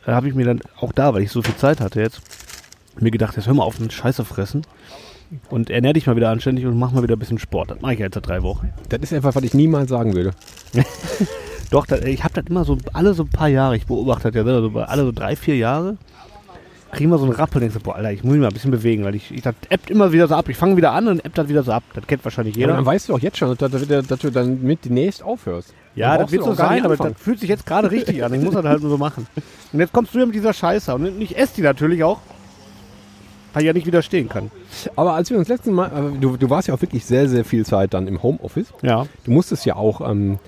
äh, habe ich mir dann auch da, weil ich so viel Zeit hatte jetzt, mir gedacht, jetzt hör mal auf mit Scheiße fressen und ernähr dich mal wieder anständig und mach mal wieder ein bisschen Sport. Das mache ich ja jetzt seit drei Wochen.
Das ist einfach, was ich niemals sagen würde.
Doch, da, ich habe das immer so, alle so ein paar Jahre, ich beobachte das ja selber, so, bei- alle so drei, vier Jahre, kriegen wir so einen Rappel und denkst du, boah, Alter, ich muss mich mal ein bisschen bewegen, weil ich, ich das ebbt immer wieder so ab. Ich fange wieder an und ebbt das wieder so ab. Das kennt wahrscheinlich
Ja.
jeder.
Dann weißt du doch jetzt schon, dass, dass, dass du dann mit demnächst aufhörst.
ja,
Dann
das
brauchst du
wird so
doch gar
sein,
nicht
aber das
anfangen.
fühlt sich jetzt gerade richtig an. Ich muss das halt nur so machen. Und jetzt kommst du ja mit dieser Scheiße und ich esse die natürlich auch, weil ich ja nicht widerstehen kann.
Aber als wir uns letzten Mal, äh, du, du warst ja auch wirklich sehr, sehr viel Zeit dann im Homeoffice.
Ja.
Du musstest ja auch ähm,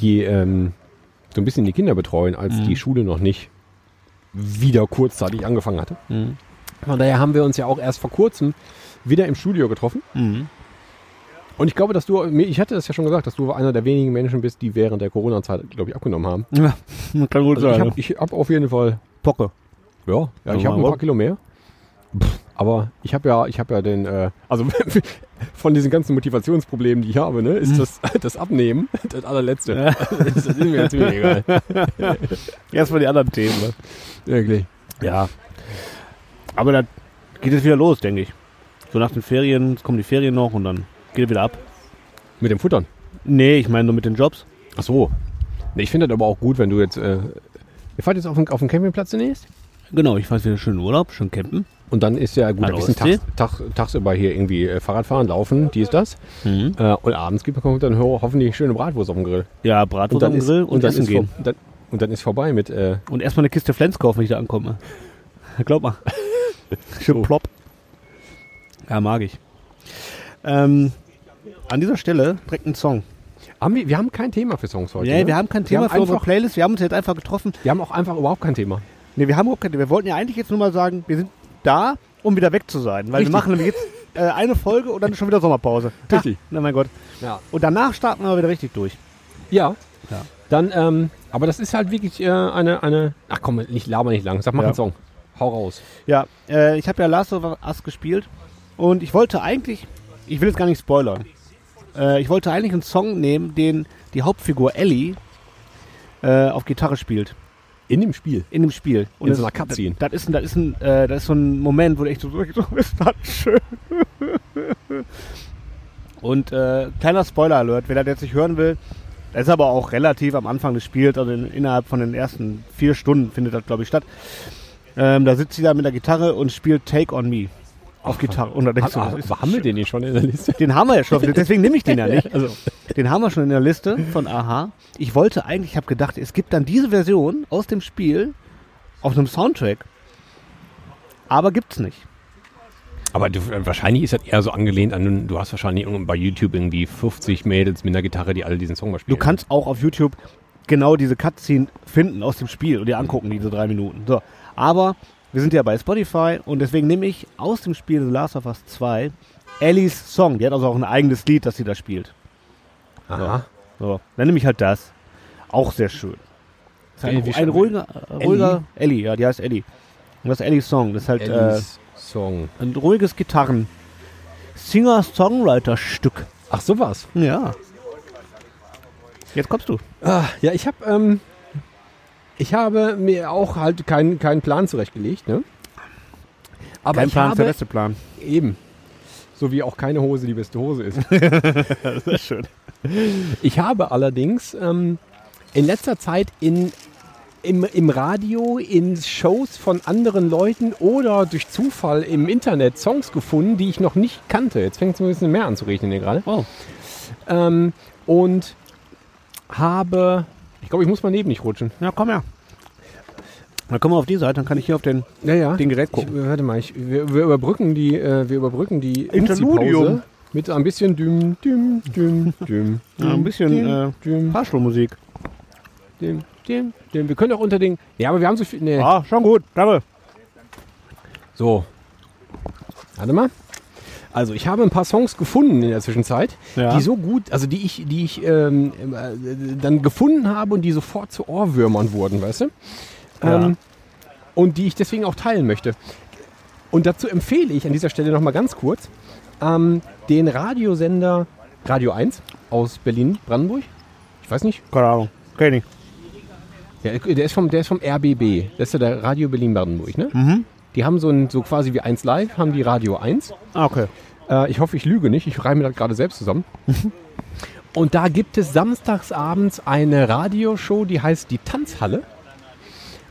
die, ähm, so ein bisschen die Kinder betreuen, als die Schule noch nicht wieder kurzzeitig angefangen hatte. Von daher haben wir uns ja auch erst vor kurzem wieder im Studio getroffen. Und ich glaube, dass du, mir- ich hatte das ja schon gesagt, dass du einer der wenigen Menschen bist, die während der Corona-Zeit, glaube ich, abgenommen haben.
ja. Kann gut
Also ich habe ich hab auf jeden Fall,
Pocke.
ja, also ja ich habe
warum?
ein paar Kilo mehr. Pff, aber ich habe ja, ich habe ja den, äh, also von diesen ganzen Motivationsproblemen, die ich habe, ne, ist das, das Abnehmen das allerletzte. Das ist mir ganz wenig egal.
Erstmal die anderen Themen. Was.
Wirklich.
Ja. Aber da geht es wieder los, denke ich. So nach den Ferien, jetzt kommen die Ferien noch und dann geht es wieder ab.
Mit dem Futtern.
Nee, ich meine nur mit den Jobs.
Ach so. Nee, ich finde das aber auch gut, wenn du jetzt. Äh, ihr fahrt jetzt auf den, auf den Campingplatz zunächst?
Genau, ich fahre jetzt wieder schön in Urlaub, schön campen.
Und dann ist ja gut, ein
Hallo,
bisschen
Ostsee.
tags, tag, tagsüber hier irgendwie äh, Fahrradfahren, laufen, dies, das. Äh, und abends gibt kommt dann ho hoffentlich schöne Bratwurst auf dem Grill.
Ja, Bratwurst am Grill und,
dann
essen
ist
gehen.
vor- Dann, und dann ist vorbei mit. Äh,
Und erstmal eine Kiste Flens kaufen, wenn ich da ankomme. Glaub mal. Schön plopp. Ja, mag ich. Ähm, an dieser Stelle direkt ein Song.
haben wir, wir haben kein Thema für Songs heute.
Nee,
ne?
wir haben kein Thema
haben
für unsere
einfach-
Playlist. Wir haben uns jetzt einfach getroffen.
Wir haben auch einfach überhaupt kein Thema.
Nee, wir haben überhaupt kein Thema. Wir wollten ja eigentlich jetzt nur mal sagen, wir sind da, um wieder weg zu sein. Weil
Richtig.
wir machen nämlich jetzt äh, eine Folge und dann ist schon wieder Sommerpause.
Richtig.
Ah, na mein Gott.
Ja.
Und danach starten wir wieder richtig durch.
Ja.
Ja.
Dann, ähm, aber das ist halt wirklich äh, eine, eine. Ach komm, nicht laber nicht lang. Sag mal
Ja.
einen Song. Hau raus.
Ja, äh, ich habe ja Last of Us gespielt und ich wollte eigentlich, ich will jetzt gar nicht spoilern, äh, ich wollte eigentlich einen Song nehmen, den die Hauptfigur Ellie äh, auf Gitarre spielt
In dem Spiel.
in dem Spiel. Und
In
das-
so einer Cutscene.
Das, das, ist, ein- das, ist ein, äh, das ist so ein Moment, wo du echt so, so ist das schön. Und äh, kleiner Spoiler-Alert, wer das jetzt nicht hören will, das ist aber auch relativ am Anfang des Spiels, also in, innerhalb von den ersten vier Stunden findet das, glaube ich, statt. Ähm, da sitzt sie da mit der Gitarre und spielt Take on Me auf Gitarre. Und da denkst du,
Ah,
das ist-
aber haben wir den hier schon in der Liste?
den haben wir ja schon, deswegen nehme ich den ja nicht.
Also,
Den haben wir schon in der Liste von Aha. Ich wollte eigentlich, ich habe gedacht, es gibt dann diese Version aus dem Spiel auf einem Soundtrack. Aber gibt's nicht.
aber du, äh, wahrscheinlich ist das eher so angelehnt an, du hast wahrscheinlich irgendwo bei YouTube irgendwie 50 Mädels mit einer Gitarre, die alle diesen Song mal
Du
spielen.
kannst auch auf YouTube genau diese Cutscene finden aus dem Spiel und dir angucken, diese drei Minuten. So. Aber wir sind ja bei Spotify und deswegen nehme ich aus dem Spiel The Last of Us 2 Ellies Song. Die hat also auch ein eigenes Lied, das sie da spielt.
Aha.
So, dann nehme ich halt das. Auch sehr schön. Ist
Wie-
ein,
wie
ein
schreibt-
ruhiger, äh, ruhiger Ellie, ja, die heißt Ellie. Und das ist Ellies Song. Das ist halt äh,
Ellis Song.
ein ruhiges Gitarren. Singer-Songwriter-Stück.
Ach, sowas.
Ja. Jetzt kommst du.
Ah, ja, ich habe ähm, ich habe mir auch halt keinen keinen Plan zurechtgelegt, ne? Aber ich habe
beste Plan.
eben so wie auch keine Hose die beste Hose ist.
Sehr schön.
Ich habe allerdings ähm, in letzter Zeit in, im, im Radio, in Shows von anderen Leuten oder durch Zufall im Internet Songs gefunden, die ich noch nicht kannte. Jetzt fängt es ein bisschen mehr an zu regnen hier gerade.
Oh.
Ähm, und habe, ich glaube, ich muss mal neben dich rutschen.
Ja, komm her. Dann kommen wir auf die Seite, dann kann ich hier auf den.
Ja, ja.
Den Gerät
Ich, äh,
gucken.
warte mal, ich, wir, wir überbrücken die, äh, wir überbrücken die
Interludium.
Pause mit ein bisschen düm, düm, düm, düm.
Ja, ein bisschen,
düm,
äh,
düm,
Fahrstuhlmusik.
düm, düm, düm. Wir können auch unter den. Ja, aber wir haben so viel. Nee.
Ah, schon gut. Danke.
So. Warte mal. Also ich habe ein paar Songs gefunden in der Zwischenzeit,
Ja.
die so gut, also die ich, die ich ähm, äh, dann gefunden habe und die sofort zu Ohrwürmern wurden, weißt du?
Ja.
Ähm, und die ich deswegen auch teilen möchte. Und dazu empfehle ich an dieser Stelle nochmal ganz kurz ähm, den Radiosender Radio 1 aus Berlin-Brandenburg. Ich weiß nicht,
Keine Ahnung. Kenn ich.
der, der, ist vom, der ist vom RBB. Das ist ja der Radio Berlin-Brandenburg, ne? Die haben so, ein, so quasi wie 1 Live, haben die Radio 1.
Ah, okay.
Äh, ich hoffe, ich lüge nicht. Ich reime das gerade selbst zusammen. Und da gibt es samstagsabends eine Radioshow, die heißt Die Tanzhalle.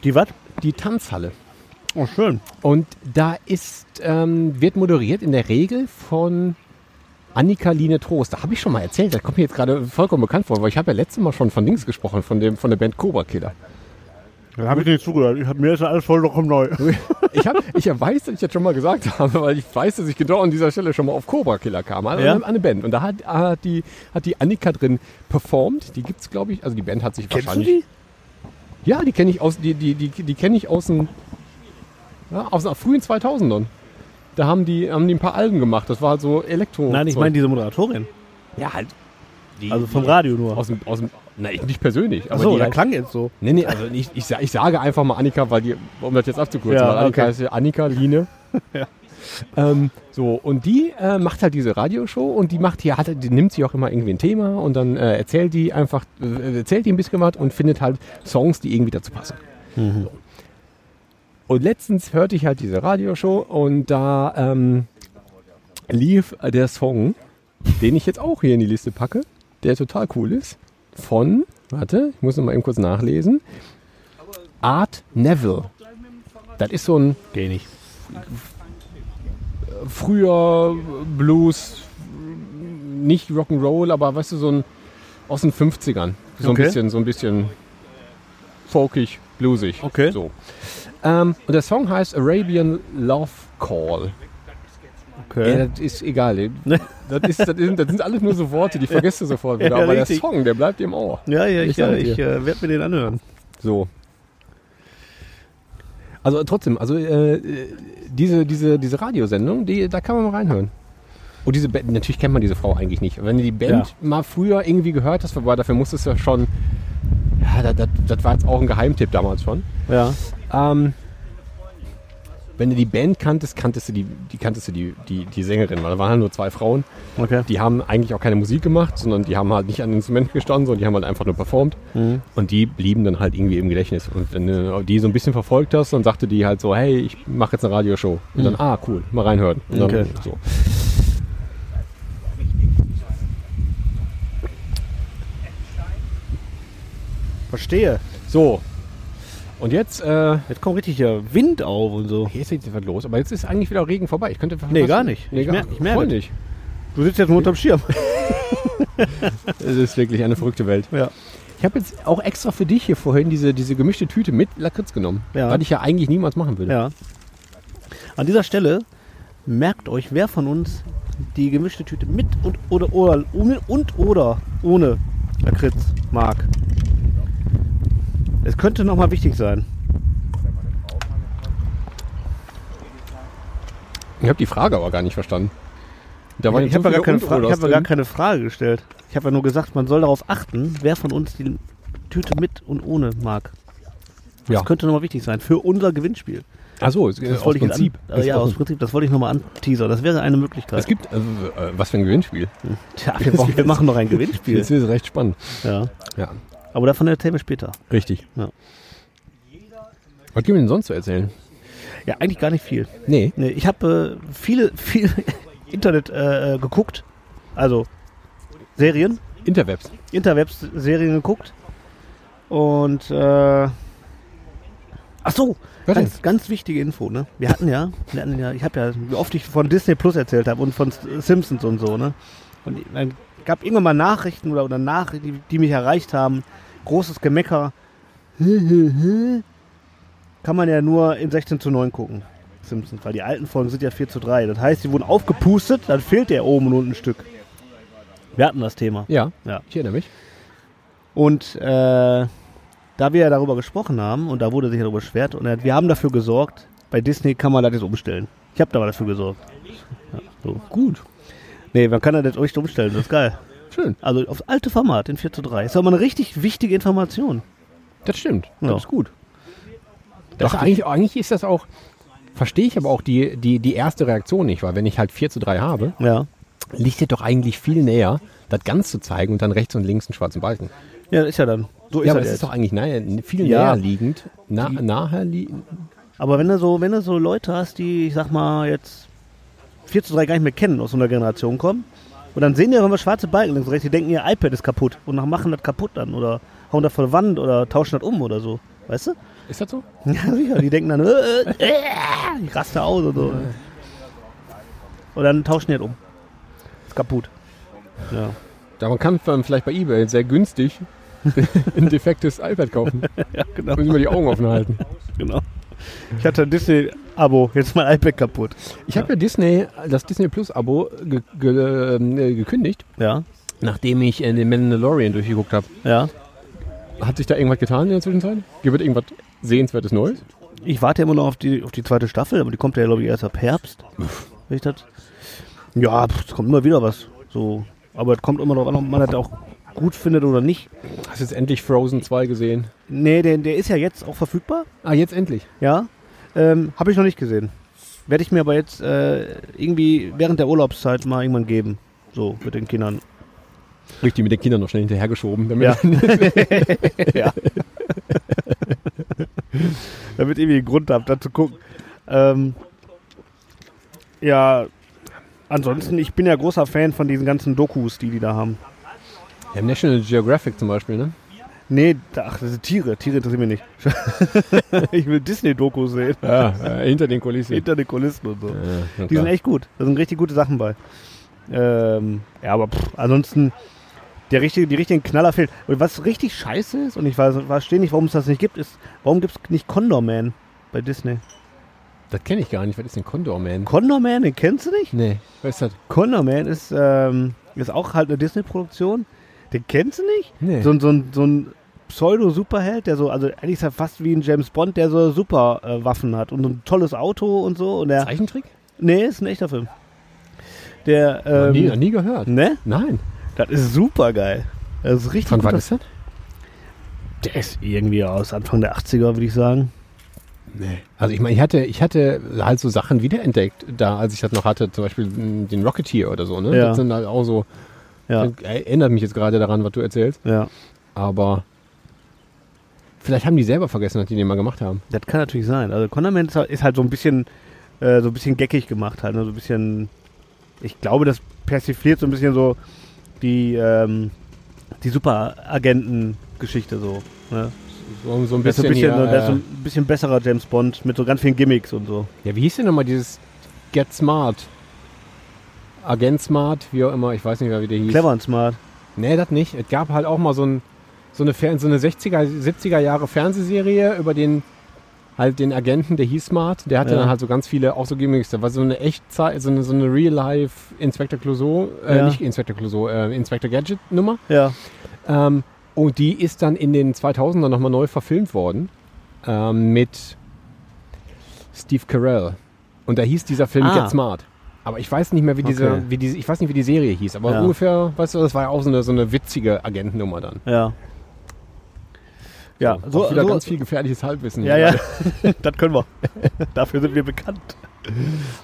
Die was?
Die Tanzhalle.
Oh, schön.
Und da ist, ähm, wird moderiert in der Regel von Annika Line Trost. Da habe ich schon mal erzählt. Das kommt mir jetzt gerade vollkommen bekannt vor, weil ich habe ja letztes Mal schon von Dings gesprochen, von, dem, von der Band Cobra Killer.
Da habe ich nicht zugehört. Ich hab, mir ist das alles vollkommen neu.
Ich, hab, ich weiß, dass ich das schon mal gesagt habe, weil ich weiß, dass ich genau an dieser Stelle schon mal auf Cobra Killer kam, also
Ja?
an eine Band. Und da hat, hat, die, hat die Annika drin performt. Die gibt's, glaube ich. Also die Band hat sich wahrscheinlich. Ja, die kenne ich aus die die die, die kenne ich aus den ja, aus den frühen 2000ern. Da haben die haben die ein paar Alben gemacht. Das war halt so Elektro.
Nein, ich meine diese Moderatorin.
ja halt die,
Also vom Radio nur.
aus dem aus dem nein, nicht persönlich, aber
Ach so,
die
da
halt,
klang jetzt so.
Nee, nee, also ich, ich, sa- ich sage einfach mal Annika, weil die, um das jetzt abzukürzen,
Ja,
weil Annika
okay.
heißt ja Annika Line.
Ja.
Ähm, so, und die äh, macht halt diese Radioshow und die macht hier, hat, die nimmt sich auch immer irgendwie ein Thema und dann äh, erzählt die einfach, äh, erzählt die ein bisschen was und findet halt Songs, die irgendwie dazu passen.
Mhm.
So. Und letztens hörte ich halt diese Radioshow und da ähm, lief der Song, den ich jetzt auch hier in die Liste packe, der total cool ist, von, warte, ich muss noch mal eben kurz nachlesen, Art Neville. Das ist so ein
Geh nicht.
früher Blues, nicht Rock'n'Roll, aber weißt du, so ein aus den 50ern. So
Okay.
ein bisschen, so ein bisschen folkig, bluesig.
Okay.
So. Ähm, und der Song heißt Arabian Love Call.
Okay.
Ja, das ist egal. Das, ist, das, sind, das sind alles nur so Worte, die vergisst du sofort wieder.
Ja,
aber
richtig.
der Song, der bleibt im Ohr.
Ja, ja, ich,
Ich sag
äh, ich
dir.
äh, werde mir den anhören.
So. Also äh, trotzdem, also äh, äh, diese, diese, diese Radiosendung, die, da kann man mal reinhören. Und diese Band, natürlich kennt man diese Frau eigentlich nicht. Wenn du die Band
Ja.
mal früher irgendwie gehört hast, wobei dafür musstest du ja schon, ja, das, das, das war jetzt auch ein Geheimtipp damals schon.
Ja.
Ähm, wenn du die Band kanntest, kanntest du die, die kanntest du die, die, die Sängerin, weil da waren halt nur zwei Frauen.
Okay.
Die haben eigentlich auch keine Musik gemacht, sondern die haben halt nicht an den Instrumenten gestanden, sondern die haben halt einfach nur performt. Und die blieben dann halt irgendwie im Gedächtnis. Und wenn du die so ein bisschen verfolgt hast, dann sagte die halt so, hey, ich mache jetzt eine Radioshow. Und dann, ah, cool, mal reinhören. Und dann,
Okay.
so.
Verstehe.
so. Und jetzt, äh,
Jetzt kommt richtig der Wind auf und so.
hier ist jetzt was los, aber jetzt ist eigentlich wieder Regen vorbei. Ich könnte
Nee,
was-
gar nicht.
Nee,
Ich
gar
mer- ich merke
Voll
das.
nicht.
Du sitzt jetzt nur unterm Schirm.
Es ist wirklich eine verrückte Welt.
Ja.
Ich habe jetzt auch extra für dich hier vorhin diese, diese gemischte Tüte mit Lakritz genommen.
Ja.
Was ich ja eigentlich niemals machen würde.
Ja. An dieser Stelle merkt euch, wer von uns die gemischte Tüte mit und oder, oder ohne- und oder ohne Lakritz mag. Es könnte nochmal wichtig sein.
Ich habe die Frage aber gar nicht verstanden. Da waren
ich
jetzt
habe
so
ja gar,
viele
keine Fra- ich
Und-Oders
hab ja gar
drin.
keine Frage gestellt. Ich habe ja nur gesagt, man soll darauf achten, wer von uns die Tüte mit und ohne mag. Das
Ja.
könnte nochmal wichtig sein für unser Gewinnspiel.
Achso, das
Das
ist aus
wollte ich jetzt
Prinzip.
An, äh, ja,
Ist aus-
aus Äh, Prinzip, das wollte ich nochmal anteasern. Das wäre eine Möglichkeit.
es gibt, äh, äh, was für ein Gewinnspiel.
Tja, wir, brauchen, wir machen noch ein Gewinnspiel.
Das ist recht spannend.
Ja.
Ja,
Aber davon erzählen wir später.
richtig.
Ja.
Was gibt es denn sonst zu erzählen?
Ja, eigentlich gar nicht viel.
Nee.
Nee, ich habe äh, viele, viel Internet äh, äh, geguckt. Also Serien,
Interwebs.
Interwebs-Serien geguckt. Und äh, ach so,
Was
ganz, ganz wichtige Info, ne? Wir hatten ja, wir hatten ja, ich habe ja, wie oft ich von Disney Plus erzählt habe und von S- Simpsons und so, ne? Und dann gab irgendwann mal Nachrichten oder, oder Nachrichten, die, die mich erreicht haben. Großes Gemecker. Kann man ja nur in 16 zu 9 gucken. Simpsons, weil die alten Folgen sind ja 4 zu 3. Das heißt, die wurden aufgepustet, dann fehlt der oben und unten ein Stück. Wir hatten das Thema.
Ja,
Ja.
ich erinnere mich.
Und äh, da wir ja darüber gesprochen haben und da wurde sich darüber beschwert und er hat- wir haben dafür gesorgt, bei Disney kann man das jetzt umstellen. Ich habe da mal dafür gesorgt. Ja, so.
Gut.
Nee, man kann das jetzt echt umstellen, das ist geil.
Schön.
Also aufs alte Format in 4 zu 3. Ist aber eine richtig wichtige Information.
Das stimmt.
Ja.
Das ist gut. Das ist eigentlich, eigentlich ist das auch, verstehe ich aber auch die, die, die erste Reaktion nicht, weil wenn ich halt 4 zu 3 habe,
Ja.
liegt dir doch eigentlich viel näher, das ganz zu zeigen und dann rechts und links einen schwarzen Balken.
Ja, das ist ja dann. So ist
ja,
das
aber das
jetzt.
ist doch eigentlich nahe, viel
Ja.
näher liegend, na, nahe liegend.
Aber wenn du so, wenn du so Leute hast, die, ich sag mal, jetzt 4 zu 3 gar nicht mehr kennen, aus so einer Generation kommen, und dann sehen die irgendwann schwarze Balken links und rechts, die denken, ihr iPad ist kaputt und dann machen das kaputt dann oder hauen das vor die Wand oder tauschen das um oder so. Weißt du?
Ist das so?
Ja, sicher. Die denken dann, äh, äh, äh, ich raste aus und so. Und dann tauschen die das um. Ist kaputt. Ja.
Da man kann dann vielleicht bei Ebay sehr günstig ein defektes iPad kaufen.
Ja, genau.
Müssen wir die Augen offen halten.
genau. Ich hatte ein Disney-Abo, jetzt mein iPad kaputt.
Ich habe ja Disney, das Disney Plus Abo ge ge ähm, äh, gekündigt,
Ja,
nachdem ich äh, den Mandalorian durchgeguckt habe.
ja.
Hat sich da irgendwas getan in der Zwischenzeit? Gibt es irgendwas Sehenswertes Neues?
Ich warte ja immer noch auf die, auf die zweite Staffel, aber die kommt ja, glaube ich, erst ab Herbst. Wenn ich das. Ja, pff, es kommt immer wieder was. So. Aber es kommt immer darauf an, ob man das auch gut findet oder nicht.
Hast du jetzt endlich Frozen 2 gesehen?
Nee, der, der ist ja jetzt auch verfügbar.
Ah, jetzt endlich.
Ja. Ähm, Habe ich noch nicht gesehen. Werde ich mir aber jetzt äh, irgendwie während der Urlaubszeit mal irgendwann geben. So, mit den Kindern.
Richtig, mit den Kindern noch schnell hinterhergeschoben. Wenn
Ja.
wir
ja. Damit ihr irgendwie einen Grund habt, da zu gucken. Ähm, ja, ansonsten, ich bin ja großer Fan von diesen ganzen Dokus, die die da haben.
Ja, im National Geographic zum Beispiel, ne?
Nee, ach, das sind Tiere. Tiere interessieren mich nicht. ich will Disney-Dokus sehen.
Ja, äh, hinter den Kulissen.
Hinter den Kulissen und so.
ja, na
Die
klar.
sind echt gut. Da sind richtig gute Sachen bei. Ähm, ja, aber pff, ansonsten, der richtige, die richtigen Knaller fehlt. Und was richtig scheiße ist, und ich weiß, verstehe nicht, warum es das nicht gibt, ist, warum gibt es nicht Condor Man bei Disney?
das kenne ich gar nicht. Was ist denn Condor Man?
Condor Man, den kennst du nicht?
Nee, was ist das?
Condor Man ist, ähm, ist auch halt eine Disney-Produktion. Den kennst du nicht?
Nee.
So, ein- so ein, so ein Pseudo-Superheld, der so, also eigentlich ist er fast wie ein James Bond, der so Superwaffen äh, Waffen hat und so ein tolles Auto und so. Und der,
Zeichentrick?
nee, ist ein echter Film. Der,
Noch nie, noch
ähm,
nie gehört.
ne?
Nein.
Das ist super geil. Das ist richtig
Von wann
guter-
ist das?
Der ist irgendwie aus Anfang der 80er, würde ich sagen.
Also ich meine, ich hatte, ich hatte halt so Sachen wiederentdeckt, da als ich das noch hatte, zum Beispiel m, den Rocketeer oder so, ne?
Ja.
Das sind halt auch so,
Ja,
das erinnert mich jetzt gerade daran, was du erzählst,
ja.
aber vielleicht haben die selber vergessen, dass die den mal gemacht haben.
Das kann natürlich sein. Also Condiment ist halt- ist halt so ein bisschen, äh, so ein bisschen geckig gemacht halt. Ne? So ein bisschen, ich glaube, das persifliert so ein bisschen so die, ähm, die Superagenten-Geschichte so. Ne?
So, so ein
Der ist so
bisschen,
ein bisschen,
hier,
der ist so
äh,
ein bisschen besserer James Bond mit so ganz vielen Gimmicks und so.
ja, wie hieß denn nochmal dieses Get Smart? Agent Smart, wie auch immer, ich weiß nicht, wie der hieß.
Clever und smart.
Nee, das nicht. Es gab halt auch mal so, ein, so eine, Fer- so eine 60er, 70er Jahre Fernsehserie über den halt den Agenten, der hieß Smart, der hatte
Ja.
dann halt so ganz viele, auch so Gimmicks, da war so eine Echtzeit, so eine, so eine Real-Life Inspector Clouseau, äh,
Ja.
nicht Inspector Clouseau, äh, Inspector Gadget Nummer.
Ja.
Ähm, und die ist dann in den 2000ern nochmal neu verfilmt worden ähm, mit Steve Carell. Und da hieß dieser Film
Ah.
Get Smart. Aber ich weiß nicht mehr, wie diese,
Okay.
wie diese, ich weiß nicht, wie die Serie hieß, aber
Ja.
ungefähr, weißt du, das war ja auch so eine, so eine witzige Agentennummer dann.
Ja. Ja,
so,
so,
auch wieder
so,
ganz viel gefährliches Halbwissen.
Ja,
hier
ja, das können wir. Dafür sind wir bekannt.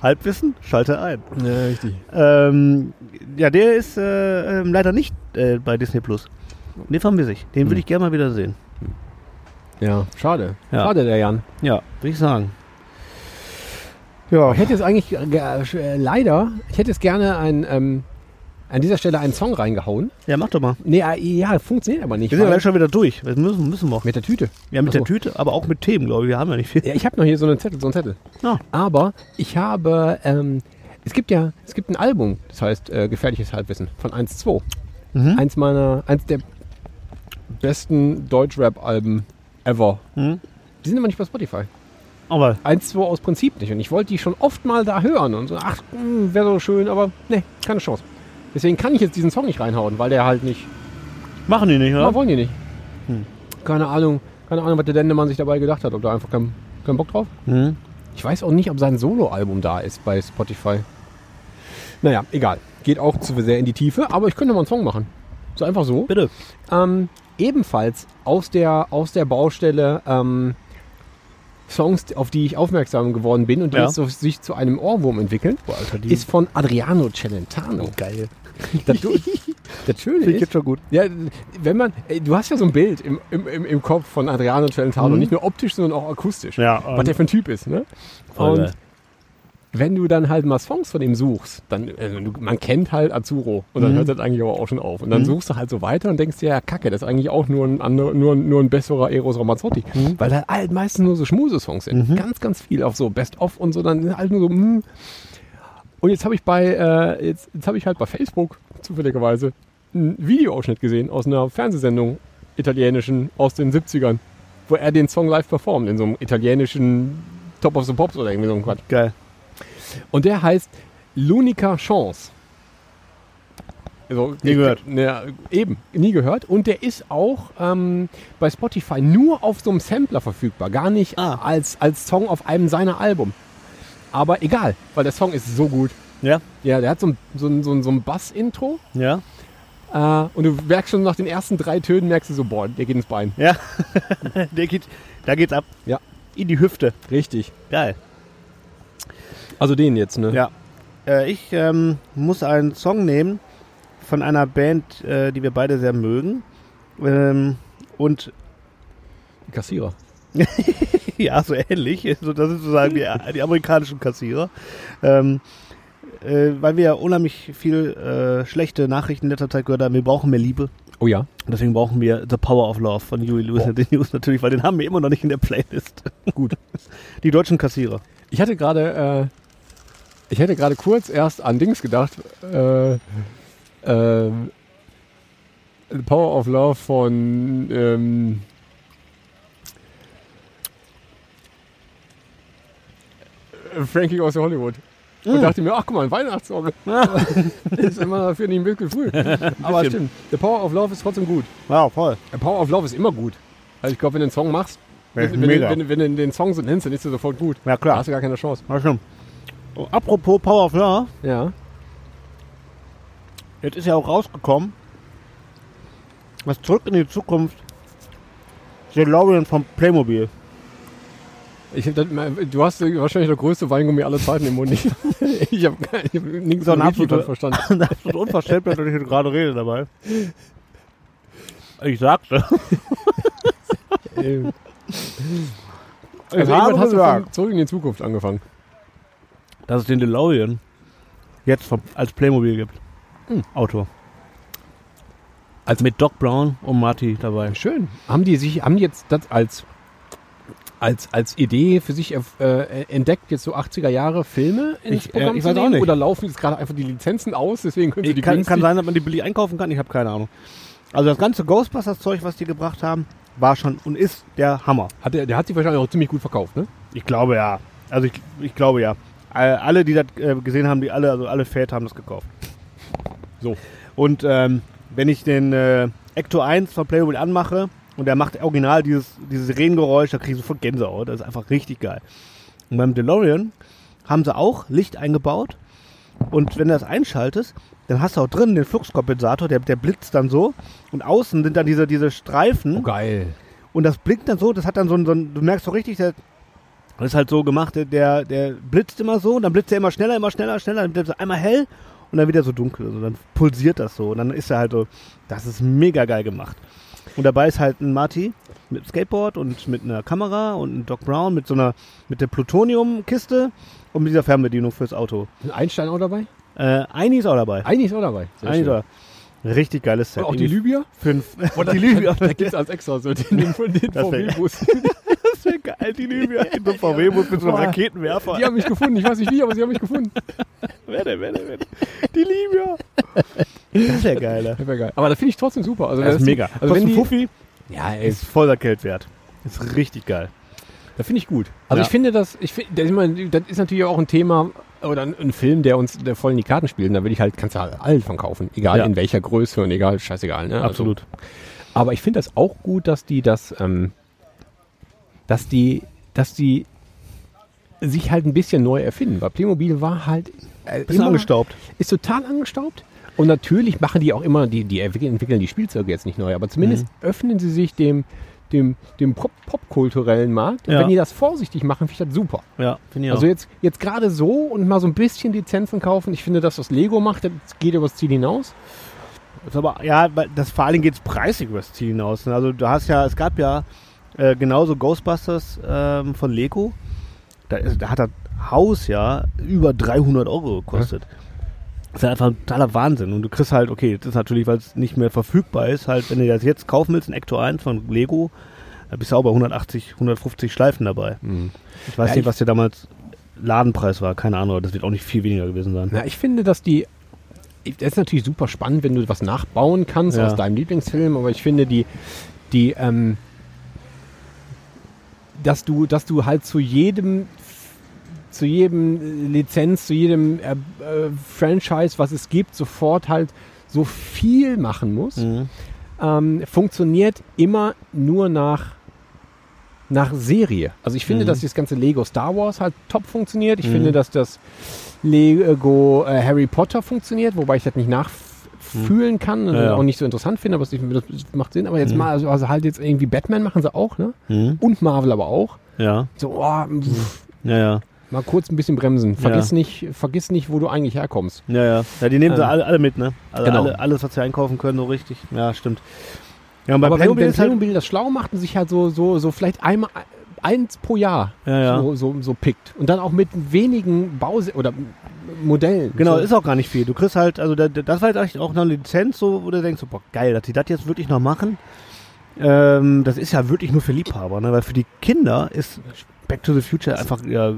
Halbwissen, schalte ein.
gerade. Ja, richtig.
Ähm, ja, der ist äh, ähm, leider nicht äh, bei Disney Plus. Den vermisse ich. Den würde ich gerne mal wieder sehen.
Ja, schade.
Ja.
Schade, der Jan.
Ja, würde ich sagen.
Ja. Ich hätte jetzt eigentlich äh, ge- äh, leider, ich hätte jetzt gerne ein, ähm, an dieser Stelle einen Song reingehauen.
Ja, mach doch mal.
Nee, äh, ja, funktioniert aber nicht.
Wir sind ja
weil-
gleich schon wieder durch. Das müssen, müssen wir.
mit der Tüte. Also,
Ja, mit
Ach so.
der Tüte, aber auch mit Themen, glaube ich. Wir haben ja nicht viel.
Ja, ich habe noch hier so einen Zettel, so einen Zettel.
Ah.
Aber ich habe, ähm, es gibt ja, es gibt ein Album, das heißt äh, Gefährliches Halbwissen von 1-2.
Mhm.
Eins meiner, eins der besten Deutschrap-Alben ever.
Mhm.
Die sind aber nicht bei Spotify.
Aber
1-2 aus Prinzip nicht. Und ich wollte die schon oft mal da hören und so, ach, mm, wäre so schön, aber nee, keine Chance. Deswegen kann ich jetzt diesen Song nicht reinhauen, weil der halt nicht
machen die nicht,
ja.
oder?
wollen die nicht.
Hm.
Keine Ahnung, keine Ahnung, was der Dendemann sich dabei gedacht hat. Ob da einfach keinen keinen Bock drauf?
Mhm.
Ich weiß auch nicht, ob sein Soloalbum da ist bei Spotify. Naja, egal. Geht auch zu sehr in die Tiefe, aber ich könnte mal einen Song machen. So einfach so.
Bitte.
Ähm, ebenfalls aus der, aus der Baustelle ähm, Songs, auf die ich aufmerksam geworden bin und die
Ja.
jetzt so, sich zu einem Ohrwurm entwickeln,
Boah, Alter, die Oh,
ist von Adriano Celentano. Geil. Das, du- das Schöne
finde ich
ist,
jetzt schon gut.
ja, wenn man, ey, du hast ja so ein Bild im, im, im, im Kopf von Adriano Celentano, nicht nur optisch, sondern auch akustisch.
Mhm. Ja,
was
ähm,
der für ein Typ ist, ne?
voll geil.
Und wenn du dann halt mal Songs von ihm suchst, dann, also du, man kennt halt Azuro und
Mhm.
dann hört das eigentlich aber auch schon auf. Und dann suchst du halt so weiter und denkst dir, ja, kacke, das ist eigentlich auch nur ein, andere, nur, ein- nur ein besserer Eros Ramazzotti.
Mhm.
Weil da halt meistens nur so Schmusesongs sind. Ganz, ganz viel auf so Best-of und so, dann halt nur so, hm. Und jetzt habe ich bei, äh, jetzt, jetzt habe ich halt bei Facebook zufälligerweise einen Videoausschnitt gesehen aus einer Fernsehsendung italienischen aus den 70ern, wo er den Song live performt in so einem italienischen Top of the Pops oder irgendwie so ein Quatsch.
Geil.
Und der heißt Lunica Chance. Also,
Nie gehört.
Ja, eben, nie gehört. Und der ist auch ähm, bei Spotify nur auf so einem Sampler verfügbar. Gar nicht
Ah.
als, als Song auf einem seiner Alben. Aber egal, weil der Song ist so gut.
Ja,
Ja, der hat so ein, so ein, so ein, so ein Bass-Intro.
ja,
Äh, und du merkst schon nach den ersten drei Tönen, merkst du so, boah, der geht ins Bein.
ja. der geht, da geht's ab.
Ja.
In die Hüfte.
Richtig.
Geil.
Also den jetzt, ne?
Ja. Äh, ich ähm, muss einen Song nehmen von einer Band, äh, die wir beide sehr mögen. Ähm, und
Die Kassierer.
ja, so ähnlich. So, das sind sozusagen die, die amerikanischen Kassierer. Ähm, äh, weil wir ja unheimlich viel äh, schlechte Nachrichten in letzter Zeit gehört haben. Wir brauchen mehr Liebe.
Oh ja.
Und deswegen brauchen wir The Power of Love von Huey Lewis and the News natürlich, weil den haben wir immer noch nicht in der Playlist.
Gut.
Die deutschen Kassierer.
Ich hatte gerade, äh, ich hätte gerade kurz erst an Dings gedacht. Äh, äh, The Power of Love von ähm, Frankie aus Hollywood. Und dachte mir, ach guck mal, ein Weihnachtssong. ist immer dafür nicht ein bisschen früh. Aber stimmt, The Power of Love ist trotzdem gut.
Wow, voll.
The Power of Love ist immer gut. Also ich glaube, wenn du einen Song machst, wenn, wenn, du-
Mega.
wenn, du- wenn du den Song so nennst, dann ist er sofort gut.
Ja,
Da
klar.
hast du gar keine Chance.
War schon. Oh, apropos Power of Love,
Ja.
jetzt ist ja auch rausgekommen, was zurück in die Zukunft The DeLorean vom Playmobil.
Ich hab das, du hast wahrscheinlich der größte Weingummi aller Zeiten im Mund. Ich, ich habe hab nichts
So ein
von Liedliedern
absoluter-
verstanden.
Und absolut unverständlich, dass ich hier gerade rede dabei. Ich sagte.
Ähm,
Ich
also irgendwann hast du von zurück in die Zukunft angefangen.
dass es den DeLorean jetzt vom, als Playmobil gibt. Hm, Auto. Also mit Doc Brown und Marty dabei.
Schön. Haben die sich, haben die jetzt das als als, als Idee für sich äh, entdeckt, jetzt so 80er Jahre Filme ins
Ich, äh,
Programm
ich
zu
weiß auch
nehmen?
nicht.
Oder laufen jetzt gerade einfach die Lizenzen aus, deswegen können sie die
Kann,
günstig-
kann sein, dass man die billig einkaufen kann, ich habe keine Ahnung. Also das ganze Ghostbusters-Zeug, was die gebracht haben, war schon und ist der Hammer.
Hat der, der hat sich wahrscheinlich auch ziemlich gut verkauft, ne?
Ich glaube ja. Also ich, ich glaube ja. Äh, Alle, die das äh, gesehen haben, die alle, also alle Väter haben das gekauft.
So.
Und ähm, wenn ich den äh, Ecto 1 von Playmobil anmache und der macht original dieses, dieses Regengeräusch, da kriege ich sofort Gänsehaut. Das ist einfach richtig geil. Und beim DeLorean haben sie auch Licht eingebaut. Und wenn du das einschaltest, dann hast du auch drin den Fluxkompensator, der, der blitzt dann so. Und außen sind dann diese, diese Streifen.
Oh, geil.
Und das blinkt dann so, das hat dann so ein, so ein du merkst so richtig, der, das ist halt so gemacht, der, der blitzt immer so und dann blitzt er immer schneller, immer schneller, schneller, dann blitzt er einmal hell und dann wieder so dunkel. Also dann pulsiert das so und dann ist er halt so, das ist mega geil gemacht. Und dabei ist halt ein Marty mit Skateboard und mit einer Kamera und ein Doc Brown mit so einer, mit der Plutonium-Kiste und mit dieser Fernbedienung fürs Auto.
Ist Einstein auch dabei?
Äh, Eini ist auch dabei.
Eigentlich ist auch dabei. Sehr
Eini ist
schön.
auch Richtig geiles Set.
Und auch die Libyer?
Fünf.
Oder
die Libyer.
Da gibt es als extra so den, den, den
Das wär-
VW-Bus.
Das wäre geil, die Libyer in so einem VW-Bus mit so einem
Boah.
Raketenwerfer.
Die haben mich gefunden. Ich weiß nicht wie, aber sie haben mich gefunden.
Wer denn, wer denn, wer denn? Die Libya. Das wäre geiler.
Das wär geil. Aber das finde ich trotzdem super. Also,
Das ist mega.
Also wenn
Kostet
die,
Fuffi
ja, ey,
ist voller Geld wert. Ist richtig geil.
das finde ich gut. Also
Ja.
ich finde das, ich finde, das ist immer- das ist natürlich auch ein Thema oder ein, ein Film, der uns der voll in die Karten spielt. Und da will ich halt, kannst du halt allen von kaufen. Egal
Ja.
in welcher Größe und egal, scheißegal. Ne? Also,
Absolut.
Aber ich finde das auch gut, dass die das, ähm, dass die, dass die sich halt ein bisschen neu erfinden. Weil Playmobil war halt äh,
Bisschen
immer-
angestaubt.
Ist total angestaubt. Und natürlich machen die auch immer, die, die entwickeln entwickeln die Spielzeuge jetzt nicht neu, aber zumindest
Mhm.
öffnen sie sich dem, dem, dem Pop- popkulturellen Markt. Und
Ja.
wenn die das vorsichtig machen, finde ich das super.
Ja, finde ich
Also jetzt, jetzt gerade so und mal so ein bisschen Lizenzen kaufen. Ich finde, dass das Lego macht, das geht übers Ziel hinaus.
Ist aber, ja, weil das, vor allen Dingen geht es preisig übers Ziel hinaus. ne? Also du hast ja, es gab ja äh, genauso Ghostbusters ähm, von Lego. Da, ist, da hat das Haus ja über 300 Euro gekostet. Das ist halt einfach ein totaler Wahnsinn. Und du kriegst halt, okay, das ist natürlich, weil es nicht mehr verfügbar ist, halt, wenn du das jetzt kaufen willst, ein Ecto 1 von Lego, da bist du auch bei 180, 150 Schleifen dabei. Ich weiß
Mhm. Ja,
nicht,
ich-
was der damals Ladenpreis war, keine Ahnung, aber das wird auch nicht viel weniger gewesen sein.
Na, ich finde, dass die. Das ist natürlich super spannend, wenn du was nachbauen kannst
Ja.
aus deinem Lieblingsfilm, aber ich finde, die. die ähm, dass, du, dass du halt zu jedem. Zu jedem äh, Lizenz, zu jedem äh, äh, Franchise, was es gibt, sofort halt so viel machen musst,
Mhm.
ähm, funktioniert immer nur nach, nach Serie. Also ich finde,
Mhm.
dass das ganze Lego Star Wars halt top funktioniert. Ich finde, dass das Lego äh, Harry Potter funktioniert, wobei ich das nicht nachfühlen kann und
Mhm. Ja, ja. Mhm.
auch nicht so interessant finde, aber es ich- das macht Sinn. Aber jetzt mal, also, also halt jetzt irgendwie Batman machen sie auch, ne?
Mhm.
Und Marvel aber auch.
Ja,
So, oh, pff,
ja, ja.
Mal kurz ein bisschen bremsen. Vergiss,
Mhm. Ja.
nicht, vergiss nicht, wo du eigentlich herkommst.
Ja, ja. ja die nehmen sie
Ähm,
alle, alle mit, ne? Also
genau.
alle, alles, was sie einkaufen können, so richtig. Ja, stimmt. Ja, und bei
Aber wenn,
Playmobil
wenn
ist halt.
Playmobil das schlau macht und sich halt so, so, so vielleicht einmal eins pro Jahr
Ja, ja.
So, so, so pickt. Und dann auch mit wenigen Baus oder Modellen.
Genau,
so.
ist auch gar nicht viel. Du kriegst halt, also da, da- das war jetzt echt auch noch eine Lizenz, so, wo du denkst, so, boah, geil, dass die das jetzt wirklich noch machen. Ähm, das ist ja wirklich nur für Liebhaber, ne? weil für die Kinder ist Back to the Future einfach ja, äh,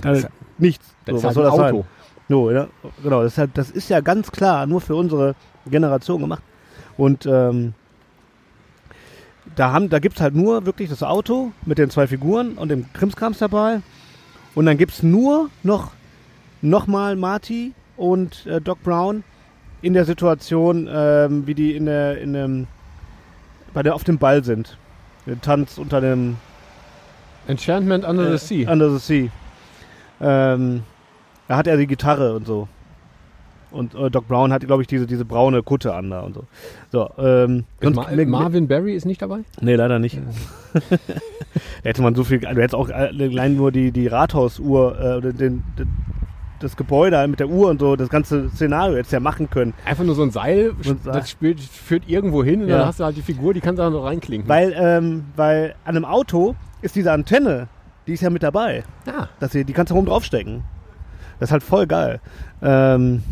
Das-
nichts.
das
So,
ist halt ein Auto.
No, ja, genau, das ist, ja, das ist ja ganz klar nur für unsere Generation gemacht. Und ähm, da, haben- da gibt es halt nur wirklich das Auto mit den zwei Figuren und dem Krimskrams dabei. Und dann gibt es nur noch nochmal Marty und äh, Doc Brown in der Situation, ähm, wie die in der, in dem, bei der auf dem Ball sind. Der Tanz unter dem
Enchantment Under
äh,
the Sea.
Under the Sea. Ähm, da hat er die Gitarre und so. Und äh, Doc Brown hat, glaube ich, diese, diese braune Kutte an da und so. So, ähm,
Ist Ma
mir- mir-
Marvin Barry ist nicht dabei?
Nee, leider nicht. da hätte man so viel. Du hättest auch äh, allein nur die, die Rathausuhr äh, oder den, den, das Gebäude mit der Uhr und so, das ganze Szenario hättest du ja machen können.
Einfach nur so ein Seil,
So ein Seil.
das spielt, führt irgendwo hin und
Ja.
dann hast du halt die Figur, die kannst du da noch reinklinken.
Weil, ähm, weil an einem Auto ist diese Antenne, die ist ja mit dabei.
ah,
Dass sie, die kannst du oben draufstecken. Das ist halt voll geil. Ähm,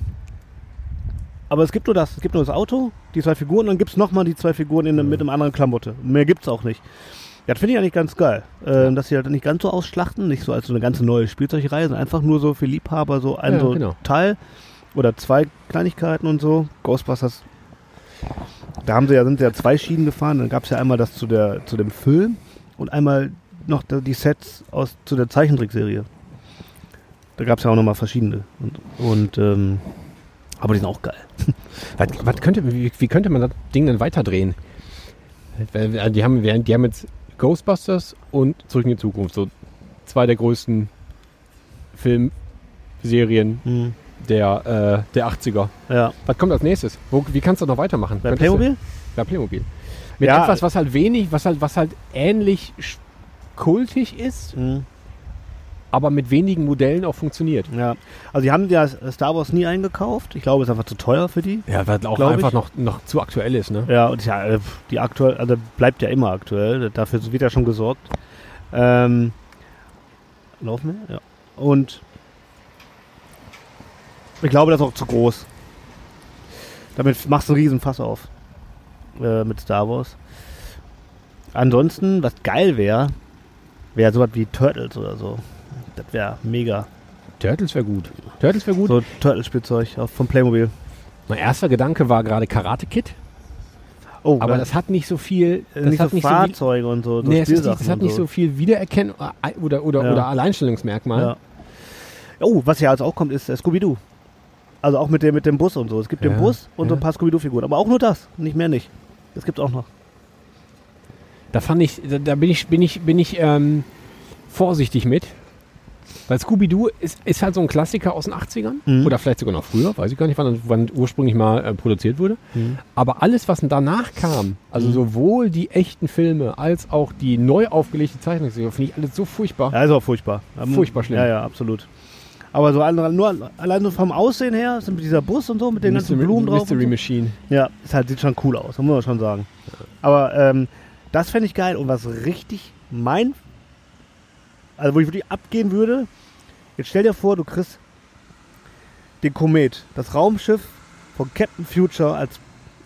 aber es gibt nur das. Es gibt nur das Auto, die zwei Figuren, und dann gibt es nochmal die zwei Figuren in, einem-
Mhm.
mit einem anderen Klamotte. Mehr gibt's auch nicht. Ja, das finde ich eigentlich ganz geil. Ähm, dass sie halt nicht ganz so ausschlachten, nicht so als so eine ganze neue Spielzeugreihe, sondern einfach nur so für Liebhaber so ein
Ja,
so
genau.
Teil oder zwei Kleinigkeiten und so. Ghostbusters. Da haben sie ja, sind sie ja zwei Schienen gefahren. Dann gab es ja einmal das zu, der, zu dem Film und einmal noch da- die Sets aus, zu der Zeichentrickserie. Da gab es ja auch nochmal verschiedene. Und, und ähm, aber die sind auch geil.
was, was könnte, wie, wie könnte man das Ding denn weiterdrehen? Weil wir- Die haben, wir- die haben jetzt Ghostbusters und Zurück in die Zukunft. So zwei der größten Filmserien der, äh, der 80er.
Ja.
Was kommt als nächstes? Wo, wie kannst du noch weitermachen?
Bei
Könntest du-
Playmobil?
Bei Playmobil. Mit
Ja.
etwas, was halt wenig, was halt, was halt ähnlich sch- kultig ist,
Mhm.
aber mit wenigen Modellen auch funktioniert.
Ja. Also die haben ja Star Wars nie eingekauft. Ich glaube, es ist einfach zu teuer für die.
Ja, weil auch
Glaub
einfach
ich.
noch, noch zu aktuell ist, ne?
Ja, und ja, äh, die aktuell, also bleibt ja immer aktuell. Dafür wird ja schon gesorgt. Ähm, laufen wir? Ja. Und ich glaube, das ist auch zu groß. Damit machst du einen riesen Fass auf. Äh, mit Star Wars. Ansonsten, was geil wäre, wäre sowas wie Turtles oder so. Das wäre mega.
Turtles wäre gut. Turtles wäre gut.
So Turtles-Spielzeug auf- vom Playmobil.
Mein erster Gedanke war gerade Karate Kid,
Oh,
aber
geil.
das hat nicht so viel.
Äh,
Das
nicht
hat
so
nicht so viel
Fahrzeuge und so. so
Nee, es ist nicht,
Spielsachen
das hat
und
nicht so viel Wiedererkennen äh, oder, oder,
Ja.
oder Alleinstellungsmerkmal.
Ja. Oh, was ja also auch kommt, ist äh, Scooby-Doo. Also auch mit dem, mit dem Bus und so. Es gibt
Ja,
den Bus und so
ja.
ein paar Scooby-Doo-Figuren. Aber auch nur das, nicht mehr nicht. Das gibt's auch noch.
Da fand ich, da, da bin ich, bin ich, bin ich ähm, vorsichtig mit. Weil Scooby-Doo ist, ist halt so ein Klassiker aus den 80ern.
Mhm.
Oder vielleicht sogar noch früher, weiß ich gar nicht, wann, wann ursprünglich mal äh, produziert wurde.
Mhm.
Aber alles, was danach kam, also sowohl die echten Filme als auch die neu aufgelegte Zeichnungsserie, finde ich alles so furchtbar.
Ja, ist auch furchtbar. Ähm,
Furchtbar schlimm.
Ja, ja, absolut. Aber so alle, nur allein so vom Aussehen her, ist mit dieser Bus und so, mit den ganzen
Mystery-
Blumen drauf.
Mystery
und
Machine.
so. Ja, ist halt, sieht schon cool aus, muss man schon sagen. Aber ähm, das fände ich geil. Und was richtig mein, also wo ich wirklich abgehen würde, jetzt stell dir vor, du kriegst den Komet, das Raumschiff von Captain Future als,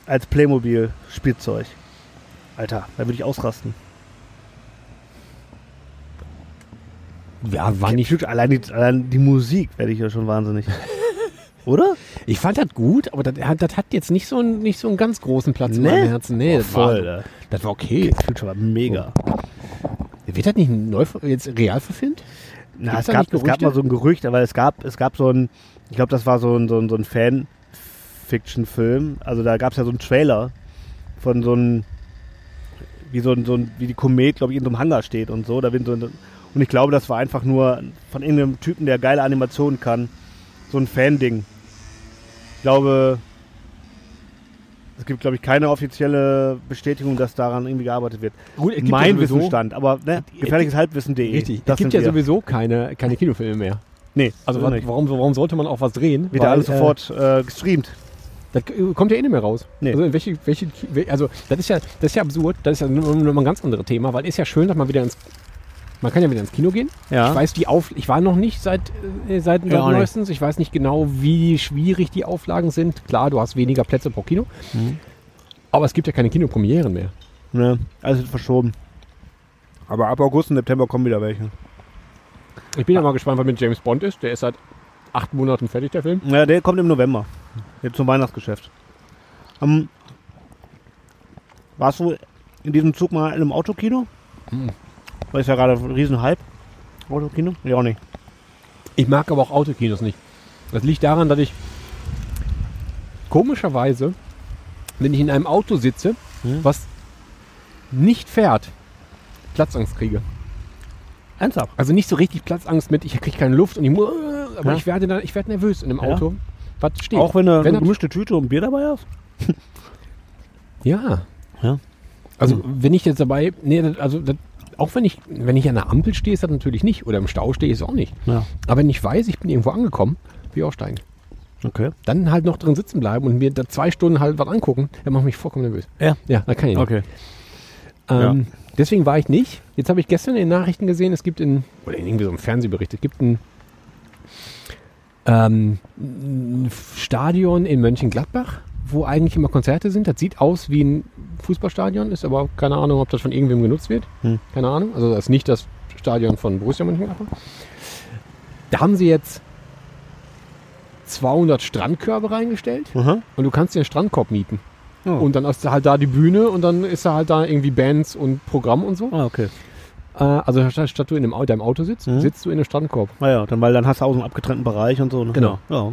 als Playmobil-Spielzeug. Alter, da würde ich ausrasten.
Ja, war
Captain
nicht.
Future, allein die, allein die Musik werde ich ja schon wahnsinnig. Oder?
Ich fand das gut, aber das, hat- das hat jetzt nicht so, einen, nicht so einen ganz großen Platz in
Nee?
meinem Herzen. Nee,
Oh,
das, war,
voll, ne?
das war okay.
Captain Future war mega.
Wird das nicht neu, jetzt real verfilmt?
Na,
Gibt's
es
da
gab,
nicht
es gab
Gerüchte?
mal so ein Gerücht, aber es gab, es gab so ein, ich glaube, das war so ein, so ein, so ein Fan-Fiction-Film. Also da gab es ja so einen Trailer von so einem, wie so ein, so ein, wie die Komet, glaube ich, in so einem Hangar steht und so. Da bin so ein, und ich glaube, das war einfach nur von irgendeinem Typen, der geile Animationen kann. So ein Fan-Ding. Ich glaube, es es gibt, glaube ich, keine offizielle Bestätigung, dass daran irgendwie gearbeitet wird.
Gut, es gibt ja
mein
sowieso-
Wissenstand, aber ne, gefährliches Halbwissen.de.
Richtig.
das
es gibt
sind
ja
wir.
sowieso keine, keine Kinofilme mehr.
Nee,
Also wa-
so nicht.
warum, warum sollte man auch was drehen?
Wird ja
Weil,
alles
äh,
sofort äh, gestreamt.
Das kommt ja eh nicht mehr raus.
Nee.
Also, in welche, welche, wel- also das ist ja, das ist ja absurd. Das ist ja nur- nur mal ein ganz anderes Thema, weil ist ja schön, dass man wieder ins, man kann ja wieder ins Kino gehen.
Ja.
Ich weiß die auf, ich war noch nicht seit äh, seit, seit
Ja, auch nicht.
neuestens. Ich weiß nicht genau, wie schwierig die Auflagen sind. Klar, du hast weniger Plätze pro Kino,
Mhm.
aber es gibt ja keine Kinopremieren mehr.
Ne, alles wird verschoben. Aber ab August und September kommen wieder welche.
Ich
Ah.
bin ja mal gespannt, was mit James Bond ist. Der ist seit acht Monaten fertig der Film.
Ja, der kommt im November. Jetzt zum Weihnachtsgeschäft. Ähm, warst du in diesem Zug mal in einem Autokino? Weil ist ja gerade ein Riesenhype. Autokino? Ja, auch nicht.
Ich mag aber auch Autokinos nicht. Das liegt daran, dass ich komischerweise, wenn ich in einem Auto sitze,
Hm?
was nicht fährt, Platzangst kriege.
Ernsthaft?
Also nicht so richtig Platzangst mit, ich kriege keine Luft und ich muss, aber
Ja.
ich werde dann, ich werde nervös in einem
Ja.
Auto. Was steht?
Auch wenn du
Wenn
eine
er-
gemischte Tüte und Bier dabei hast?
ja.
Ja. Hm.
Also wenn ich jetzt dabei, nee, das, also das, auch wenn ich, wenn ich an der Ampel stehe, ist das natürlich nicht oder im Stau stehe, ist es auch nicht.
Ja.
Aber wenn ich weiß, ich bin irgendwo angekommen, will ich aussteigen.
Okay.
dann halt noch drin sitzen bleiben und mir da zwei Stunden halt was angucken, dann macht mich vollkommen nervös.
Ja.
Ja, da kann ich nicht.
Okay.
Ähm, Deswegen war ich nicht. Jetzt habe ich gestern in den Nachrichten gesehen, es gibt in, oder in irgendwie so einem Fernsehbericht, es gibt ein, ähm, ein Stadion in Mönchengladbach, wo eigentlich immer Konzerte sind. Das sieht aus wie ein Fußballstadion, ist aber keine Ahnung, ob das von irgendwem genutzt wird.
Hm.
Keine Ahnung. Also das ist nicht das Stadion von Borussia Mönchengladbach. Da haben sie jetzt 200 Strandkörbe reingestellt.
Mhm.
Und du kannst dir einen Strandkorb mieten.
Oh.
Und dann hast du halt da die Bühne und dann ist da halt da irgendwie Bands und Programm und so.
Ah, okay.
Äh, also statt, statt du in einem Auto, deinem Auto sitzt,
Mhm.
sitzt du in einem Strandkorb.
Naja, dann, weil dann hast du auch so einen abgetrennten Bereich und so. Ne?
Genau.
Ja.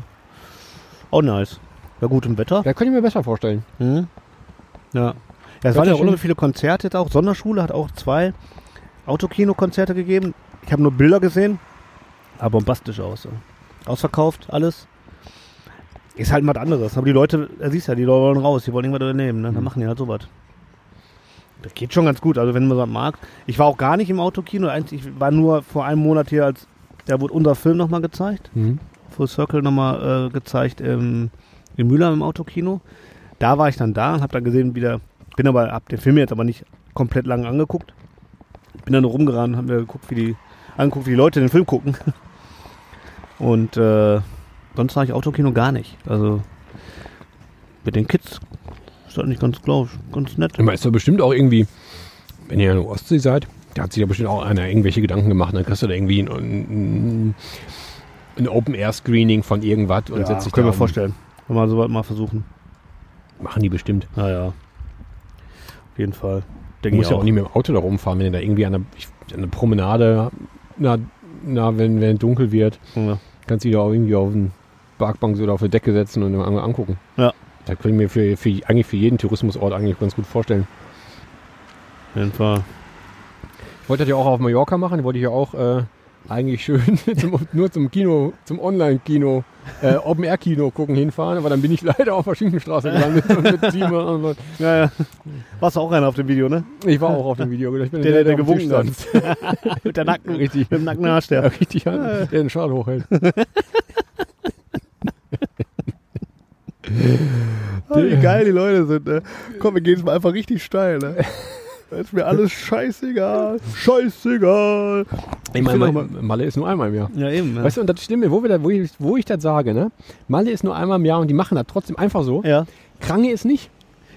Auch nice. Bei gutem Wetter.
Da könnte ich mir besser vorstellen.
Mhm. Ja. Ja, es waren
Hört
ja
sich
auch
schon-
unheimlich viele Konzerte jetzt auch. Sonderschule hat auch zwei Autokino-Konzerte gegeben. Ich habe nur Bilder gesehen. Aber bombastisch aus. äh. Ausverkauft, alles. Ist halt mal was anderes. Aber die Leute, da siehst du ja, die Leute wollen raus, die wollen irgendwas unternehmen. Ne?
Hm.
Dann machen die halt sowas. Das geht schon ganz gut, also wenn man das mag. Ich war auch gar nicht im Autokino. Eigentlich, ich war nur vor einem Monat hier, als da wurde unser Film nochmal gezeigt.
Hm.
Full Circle nochmal äh, gezeigt im, in Mühlheim im Autokino. Da war ich dann da und habe dann gesehen, wieder, bin aber, hab den Film jetzt aber nicht komplett lang angeguckt. Bin dann rumgerannt, hab mir geguckt, wie die, angeguckt, wie die Leute den Film gucken. Und äh, sonst war ich Autokino gar nicht. Also mit den Kids ist das nicht ganz klar, ganz nett.
Aber ist da bestimmt auch irgendwie, wenn ihr in der Ostsee seid, da hat sich ja bestimmt auch einer irgendwelche Gedanken gemacht. Dann kriegst du da irgendwie ein, ein, ein Open-Air-Screening von irgendwas und
Ja,
setzt sich
können
da um.
wir vorstellen. Wenn wir sowas mal versuchen.
Machen die bestimmt.
Naja. Auf jeden Fall.
Du
Denke
musst ja auch nicht mit dem Auto da rumfahren, wenn du da irgendwie an einer, ich- an einer Promenade, na, na wenn, wenn dunkel wird,
Ja.
kannst du dich da auch irgendwie auf eine Parkbank oder auf eine Decke setzen und mal angucken.
Ja.
Das können wir für, für, eigentlich für jeden Tourismusort eigentlich ganz gut vorstellen.
Auf jeden Fall.
Ich wollte das ja auch auf Mallorca machen, wollte ich ja auch äh, eigentlich schön zum, nur zum Kino, zum Online-Kino, äh, Open-Air-Kino gucken hinfahren, aber dann bin ich leider auf der Schinkenstraße gelandet und mit Simon und Leuten.
Ja, ja. Warst du auch einer auf dem Video, ne?
Ich war auch auf dem Video, ich bin
Der, der, der
auf dem
gewunken hat.
Tisch stand.
Mit der Nacken. Mit
Richtig.
dem nackten Arsch, der.
Richtig an,
Äh.
der den Schal hochhält.
Oh, wie geil die Leute sind, ne? Komm, wir gehen jetzt mal einfach richtig steil, ne? Das ist mir alles scheißegal. Scheißegal.
Ich
finde
meine,
auch
Malle ist nur einmal im Jahr.
Ja, eben. Ja.
Weißt du, und das stimmt mir, wo, wir da, wo, ich, wo ich das sage, ne? Malle ist nur einmal im Jahr und die machen das trotzdem einfach so.
ja.
Krange ist nicht.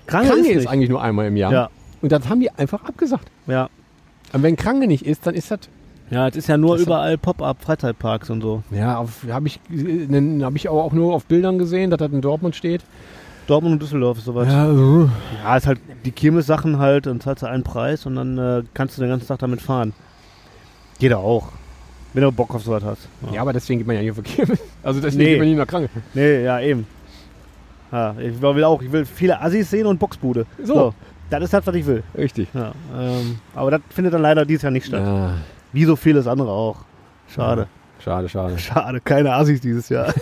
Kranke,
Krange, ist,
nicht.
eigentlich nur einmal im Jahr.
Ja.
Und das haben die einfach abgesagt.
Ja.
Und wenn Krange nicht ist, dann ist das.
Ja, es ist ja nur
Das-
überall Pop-Up, Freizeitparks und so.
Ja, habe ich, äh, dann hab ich aber auch nur auf Bildern gesehen, dass das in Dortmund steht.
Dortmund und Düsseldorf ist sowas.
Ja, äh.
Ja, ist halt die Kirmes-Sachen halt und zahlst du einen Preis und dann äh, kannst du den ganzen Tag damit fahren. Jeder auch. Wenn du Bock auf sowas hast. Ja.
aber deswegen geht man ja hier verkehrt. Also deswegen
Nee.
geht man nicht nach Krange.
Nee, ja, eben. Ja, ich will auch, ich will viele Assis sehen und Boxbude.
So.
Das ist das, was ich will.
Richtig.
Ja, ähm, aber das findet dann leider dieses Jahr nicht statt.
Ja,
Wie so vieles andere auch. Schade.
schade, schade.
Schade, keine Assis dieses Jahr.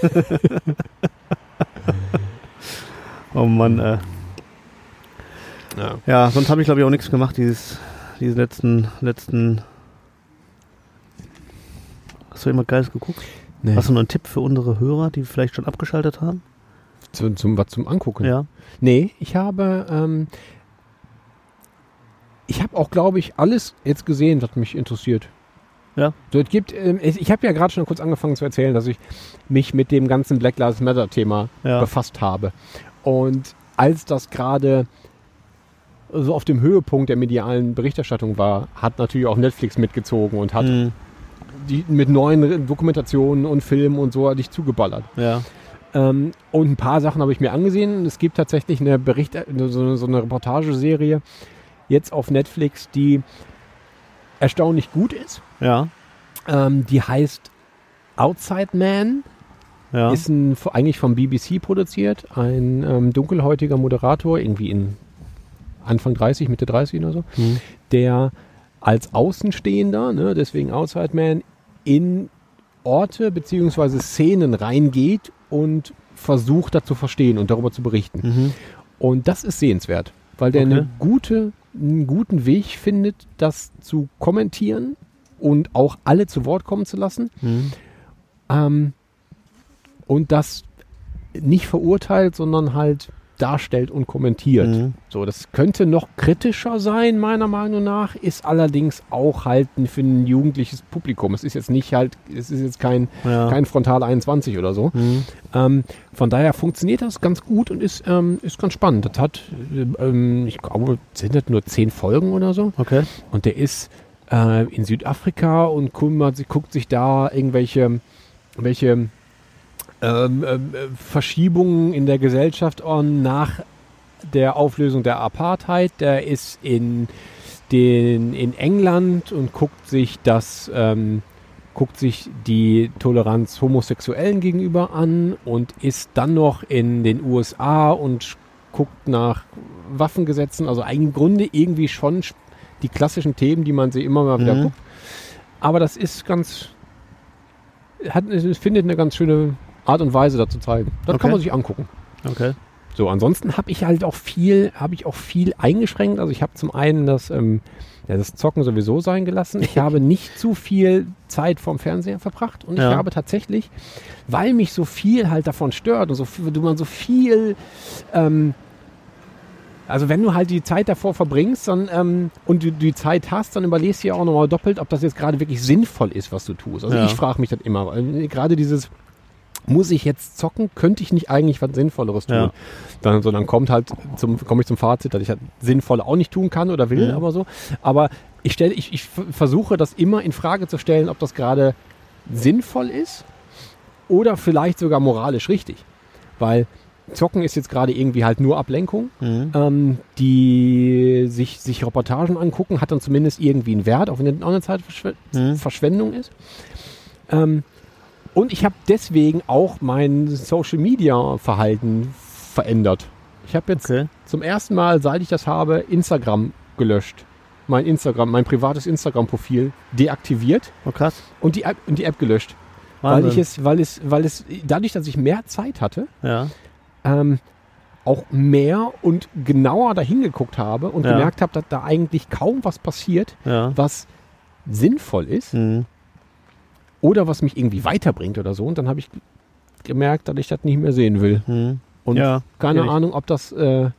oh Mann, äh.
Ja.
Ja, sonst habe ich glaube ich auch nichts gemacht, dieses, diese letzten, letzten. Hast du jemand Geiles geguckt?
Nee.
Hast du noch einen Tipp für unsere Hörer, die vielleicht schon abgeschaltet haben?
Zum, zum, was zum Angucken.
Ja.
Nee, ich habe, ähm, ich habe auch, glaube ich, alles jetzt gesehen, was mich interessiert.
Ja.
So, es gibt, ähm, ich ich habe ja gerade schon kurz angefangen zu erzählen, dass ich mich mit dem ganzen Black Lives Matter Thema
Ja.
befasst habe. Und als das gerade so auf dem Höhepunkt der medialen Berichterstattung war, hat natürlich auch Netflix mitgezogen und hat
Hm,
die mit neuen Dokumentationen und Filmen und so dich zugeballert.
ja.
Ähm, und ein paar Sachen habe ich mir angesehen. Es gibt tatsächlich eine Bericht, so, so eine Reportageserie jetzt auf Netflix, die erstaunlich gut ist.
Ja.
Ähm, die heißt Outside Man,
Ja.
ist ein, eigentlich vom BBC produziert, ein ähm, dunkelhäutiger Moderator, irgendwie in Anfang 30, Mitte 30 oder so,
Mhm.
der als Außenstehender, ne, deswegen Outside Man, in Orte bzw. Szenen reingeht und versucht, das zu verstehen und darüber zu berichten.
mhm.
Und das ist sehenswert, weil der
Okay.
eine gute, einen guten Weg findet, das zu kommentieren und auch alle zu Wort kommen zu lassen.
Mhm.
Ähm, und das nicht verurteilt, sondern halt darstellt und kommentiert.
Mhm.
So, das könnte noch kritischer sein, meiner Meinung nach, ist allerdings auch halt ein- für ein jugendliches Publikum. Es ist jetzt nicht halt, es ist jetzt kein,
Ja.
kein Frontal 21 oder so.
Mhm.
Ähm, von daher funktioniert das ganz gut und ist, ähm, ist ganz spannend. Das hat, ähm, ich glaube, sind das nur zehn Folgen oder so.
Okay.
Und der ist äh, in Südafrika und kümmert, sich- guckt sich da irgendwelche welche, ähm, ähm, äh, Verschiebungen in der Gesellschaft an nach der Auflösung der Apartheid. Der ist in, den, in England und guckt sich das. Ähm, guckt sich die Toleranz Homosexuellen gegenüber an und ist dann noch in den USA und sch- guckt nach Waffengesetzen. Also im Grunde irgendwie schon sp- die klassischen Themen, die man sich immer mal wieder
Mhm.
guckt. Aber das ist ganz, hat, es findet eine ganz schöne Art und Weise, da zu zeigen. Das
Okay.
kann man sich angucken.
Okay.
So, ansonsten habe ich halt auch viel, habe ich auch viel eingeschränkt. Also ich habe zum einen das, ähm, ja, das Zocken sowieso sein gelassen. Ich habe nicht zu viel Zeit vorm Fernseher verbracht und
Ja.
ich habe tatsächlich, weil mich so viel halt davon stört und so viel, du man so viel, ähm, also wenn du halt die Zeit davor verbringst dann, ähm, und du die Zeit hast, dann überlegst du ja auch nochmal doppelt, ob das jetzt gerade wirklich sinnvoll ist, was du tust. Also
Ja.
ich frage mich das immer, weil ne, gerade dieses muss ich jetzt zocken? Könnte ich nicht eigentlich was Sinnvolleres tun?
Ja.
Dann, so, dann kommt halt zum, komme ich zum Fazit, dass ich das Sinnvolle auch nicht tun kann oder will,
Mhm.
aber so. Aber ich stelle, ich, ich f- versuche das immer in Frage zu stellen, ob das gerade sinnvoll ist oder vielleicht sogar moralisch richtig. Weil Zocken ist jetzt gerade irgendwie halt nur Ablenkung.
Mhm.
Ähm, die sich, sich Reportagen angucken, hat dann zumindest irgendwie einen Wert, auch wenn das auch eine
Mhm.
Zeitverschwendung ist. Ähm, und ich habe deswegen auch mein Social Media Verhalten verändert. Ich habe jetzt
Okay.
zum ersten Mal, seit ich das habe, Instagram gelöscht. Mein Instagram, mein privates Instagram-Profil deaktiviert
Oh, krass.
und die App, und die App gelöscht. Weil
Wahnsinn.
ich es, weil es, weil es, dadurch, dass ich mehr Zeit hatte,
ja.
ähm, auch mehr und genauer dahin geguckt habe und
Ja.
gemerkt habe, dass da eigentlich kaum was passiert,
Ja.
was sinnvoll ist
Mhm.
oder was mich irgendwie weiterbringt oder so. Und dann habe ich gemerkt, dass ich das nicht mehr sehen will.
Mhm.
Und
ja.
keine
ehrlich.
Ahnung, ob das. Äh,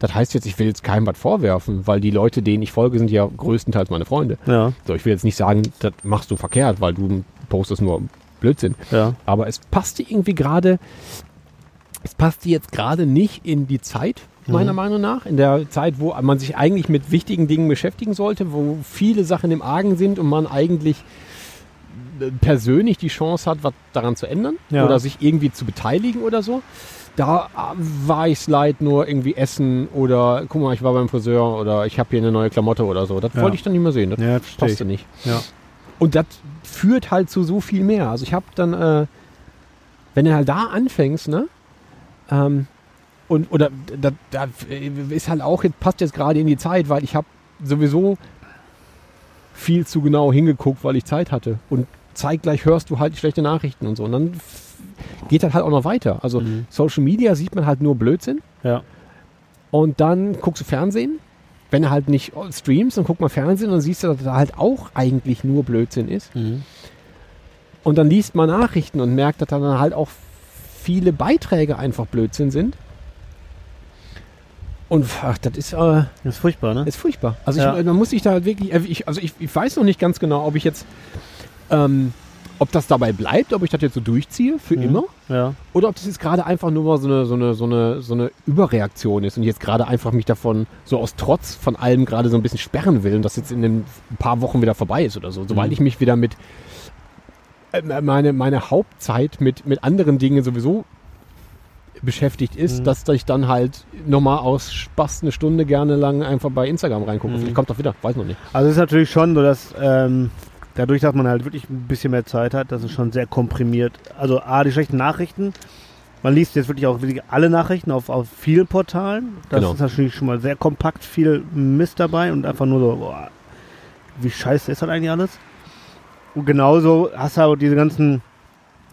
das heißt jetzt, ich will jetzt keinem was vorwerfen, weil die Leute, denen ich folge, sind ja größtenteils meine Freunde.
Ja.
So, ich will jetzt nicht sagen, das machst du verkehrt, weil du postest nur Blödsinn.
Ja.
Aber es passte irgendwie gerade, es passte jetzt gerade nicht in die Zeit, meiner
Mhm.
Meinung nach. In der Zeit, wo man sich eigentlich mit wichtigen Dingen beschäftigen sollte, wo viele Sachen im Argen sind und man eigentlich äh, persönlich die Chance hat, was daran zu ändern
Ja.
oder sich irgendwie zu beteiligen oder so. Da äh, war ich leid, nur irgendwie essen oder guck mal, ich war beim Friseur oder ich habe hier eine neue Klamotte oder so. Das
Ja.
wollte ich dann nicht mehr sehen. Das
Ja, verstehe
passte nicht.
Ja.
Und das führt halt zu so viel mehr. Also ich habe dann, äh, wenn du halt da anfängst, ne? Ähm, und oder da, da ist halt auch jetzt passt jetzt gerade in die Zeit, weil ich habe sowieso viel zu genau hingeguckt, weil ich Zeit hatte. Und zeitgleich hörst du halt schlechte Nachrichten und so. Und dann f- geht das halt auch noch weiter. Also Social Media sieht man halt nur Blödsinn.
Ja.
Und dann guckst du Fernsehen. Wenn du halt nicht streamst, dann guck mal Fernsehen und dann siehst du, dass da halt auch eigentlich nur Blödsinn ist. Und dann liest man Nachrichten und merkt, dass da dann halt auch viele Beiträge einfach Blödsinn sind. Und ach, das ist, äh,
Das ist furchtbar, ne?
ist furchtbar. Also
Ja.
ich, man muss sich da halt wirklich, äh, ich, also ich, ich weiß noch nicht ganz genau, ob ich jetzt, ähm, ob das dabei bleibt, ob ich das jetzt so durchziehe für immer.
Ja.
Oder ob das jetzt gerade einfach nur mal so eine, so, eine, so, eine, so eine Überreaktion ist und jetzt gerade einfach mich davon so aus Trotz von allem gerade so ein bisschen sperren will und das jetzt in den ein paar Wochen wieder vorbei ist oder so. Sobald ich mich wieder mit äh, meine, meine Hauptzeit mit, mit anderen Dingen sowieso beschäftigt ist, dass ich dann halt nochmal aus Spaß eine Stunde gerne lang einfach bei Instagram reingucke. Vielleicht kommt doch wieder, weiß noch nicht.
Also es ist natürlich schon so, dass ähm, dadurch, dass man halt wirklich ein bisschen mehr Zeit hat, das ist schon sehr komprimiert. Also A, die schlechten Nachrichten. Man liest jetzt wirklich auch wirklich alle Nachrichten auf, auf vielen Portalen. Das
Genau.
ist natürlich schon mal sehr kompakt, viel Mist dabei und einfach nur so, boah, wie scheiße ist das eigentlich alles? Und genauso hast du halt diese ganzen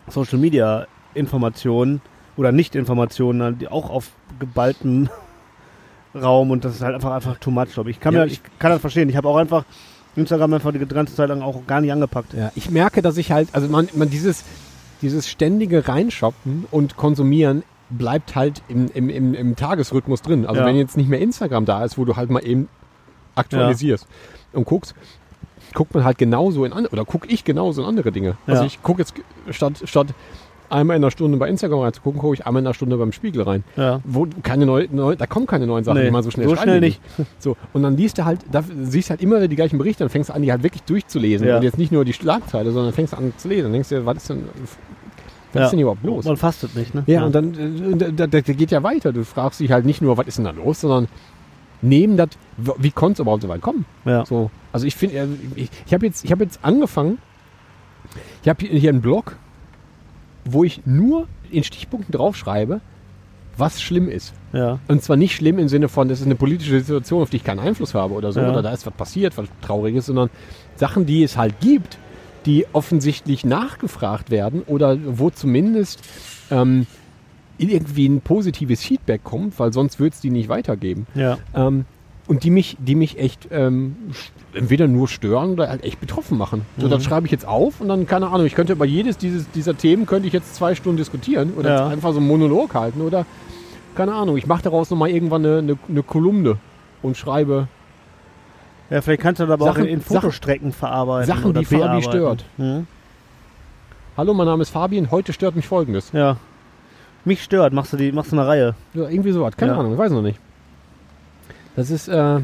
Social Media Informationen oder Nicht-Informationen, die auch auf geballtem Raum und das ist halt einfach, einfach too much, glaube ich. Ich kann, mir,
Ja,
ich kann das verstehen. Ich habe auch einfach Instagram einfach die ganze Zeit lang auch gar nicht angepackt.
Ja, ich merke, dass ich halt, also man, man dieses, dieses ständige Reinshoppen und Konsumieren bleibt halt im, im, im, im Tagesrhythmus drin. Also
Ja.
wenn jetzt nicht mehr Instagram da ist, wo du halt mal eben aktualisierst und guckst, guckt man halt genauso in andere, oder guck ich genauso in andere Dinge. Also
Ja.
ich gucke jetzt statt, statt einmal in einer Stunde bei Instagram reinzugucken, gucke ich einmal in einer Stunde beim Spiegel rein
Ja.
wo du keine neue, neu, da kommen keine neuen Sachen,
Nee,
die man so schnell
so
schreiben
schnell
will. So, und dann liest du halt, da siehst halt immer wieder die gleichen Berichte und fängst an, die halt wirklich durchzulesen.
Ja.
Und jetzt nicht nur die Schlagzeile, sondern fängst an zu lesen. Dann denkst du, was ist denn, was
Ja.
ist denn überhaupt los?
Man fastet nicht, ne?
ja, und dann äh, da, da, da geht ja weiter. Du fragst dich halt nicht nur, was ist denn da los, sondern nehmen das, wie konnte es überhaupt so weit kommen?
ja.
So, also ich finde, äh, ich, ich habe jetzt, ich hab jetzt angefangen, ich habe hier einen Blog, wo ich nur in Stichpunkten draufschreibe, was schlimm ist.
ja.
Und zwar nicht schlimm im Sinne von, das ist eine politische Situation, auf die ich keinen Einfluss habe oder so,
Ja.
oder da ist was passiert, was Trauriges, sondern Sachen, die es halt gibt, die offensichtlich nachgefragt werden oder wo zumindest ähm, irgendwie ein positives Feedback kommt, weil sonst würde es die nicht weitergeben.
Ja.
Ähm, und die mich, die mich echt ähm, st- entweder nur stören oder halt echt betroffen machen. So,
Mhm.
dann schreibe ich jetzt auf und dann, keine Ahnung, ich könnte über jedes dieses, dieser Themen könnte ich jetzt zwei Stunden diskutieren oder
Ja.
einfach so einen Monolog halten oder keine Ahnung, ich mache daraus nochmal irgendwann eine, eine, eine Kolumne und schreibe
Ja, vielleicht kannst du das aber
Sachen-
auch in, in
Sachen-
Fotostrecken verarbeiten.
Sachen,
oder
die Fabi
bearbeiten.
stört.
Mhm.
Hallo, mein Name ist Fabian, heute stört mich folgendes.
Ja. Mich stört, machst du die, machst du eine Reihe.
Ja, irgendwie sowas, keine
Ja.
Ahnung, ich weiß noch nicht. Das ist, äh,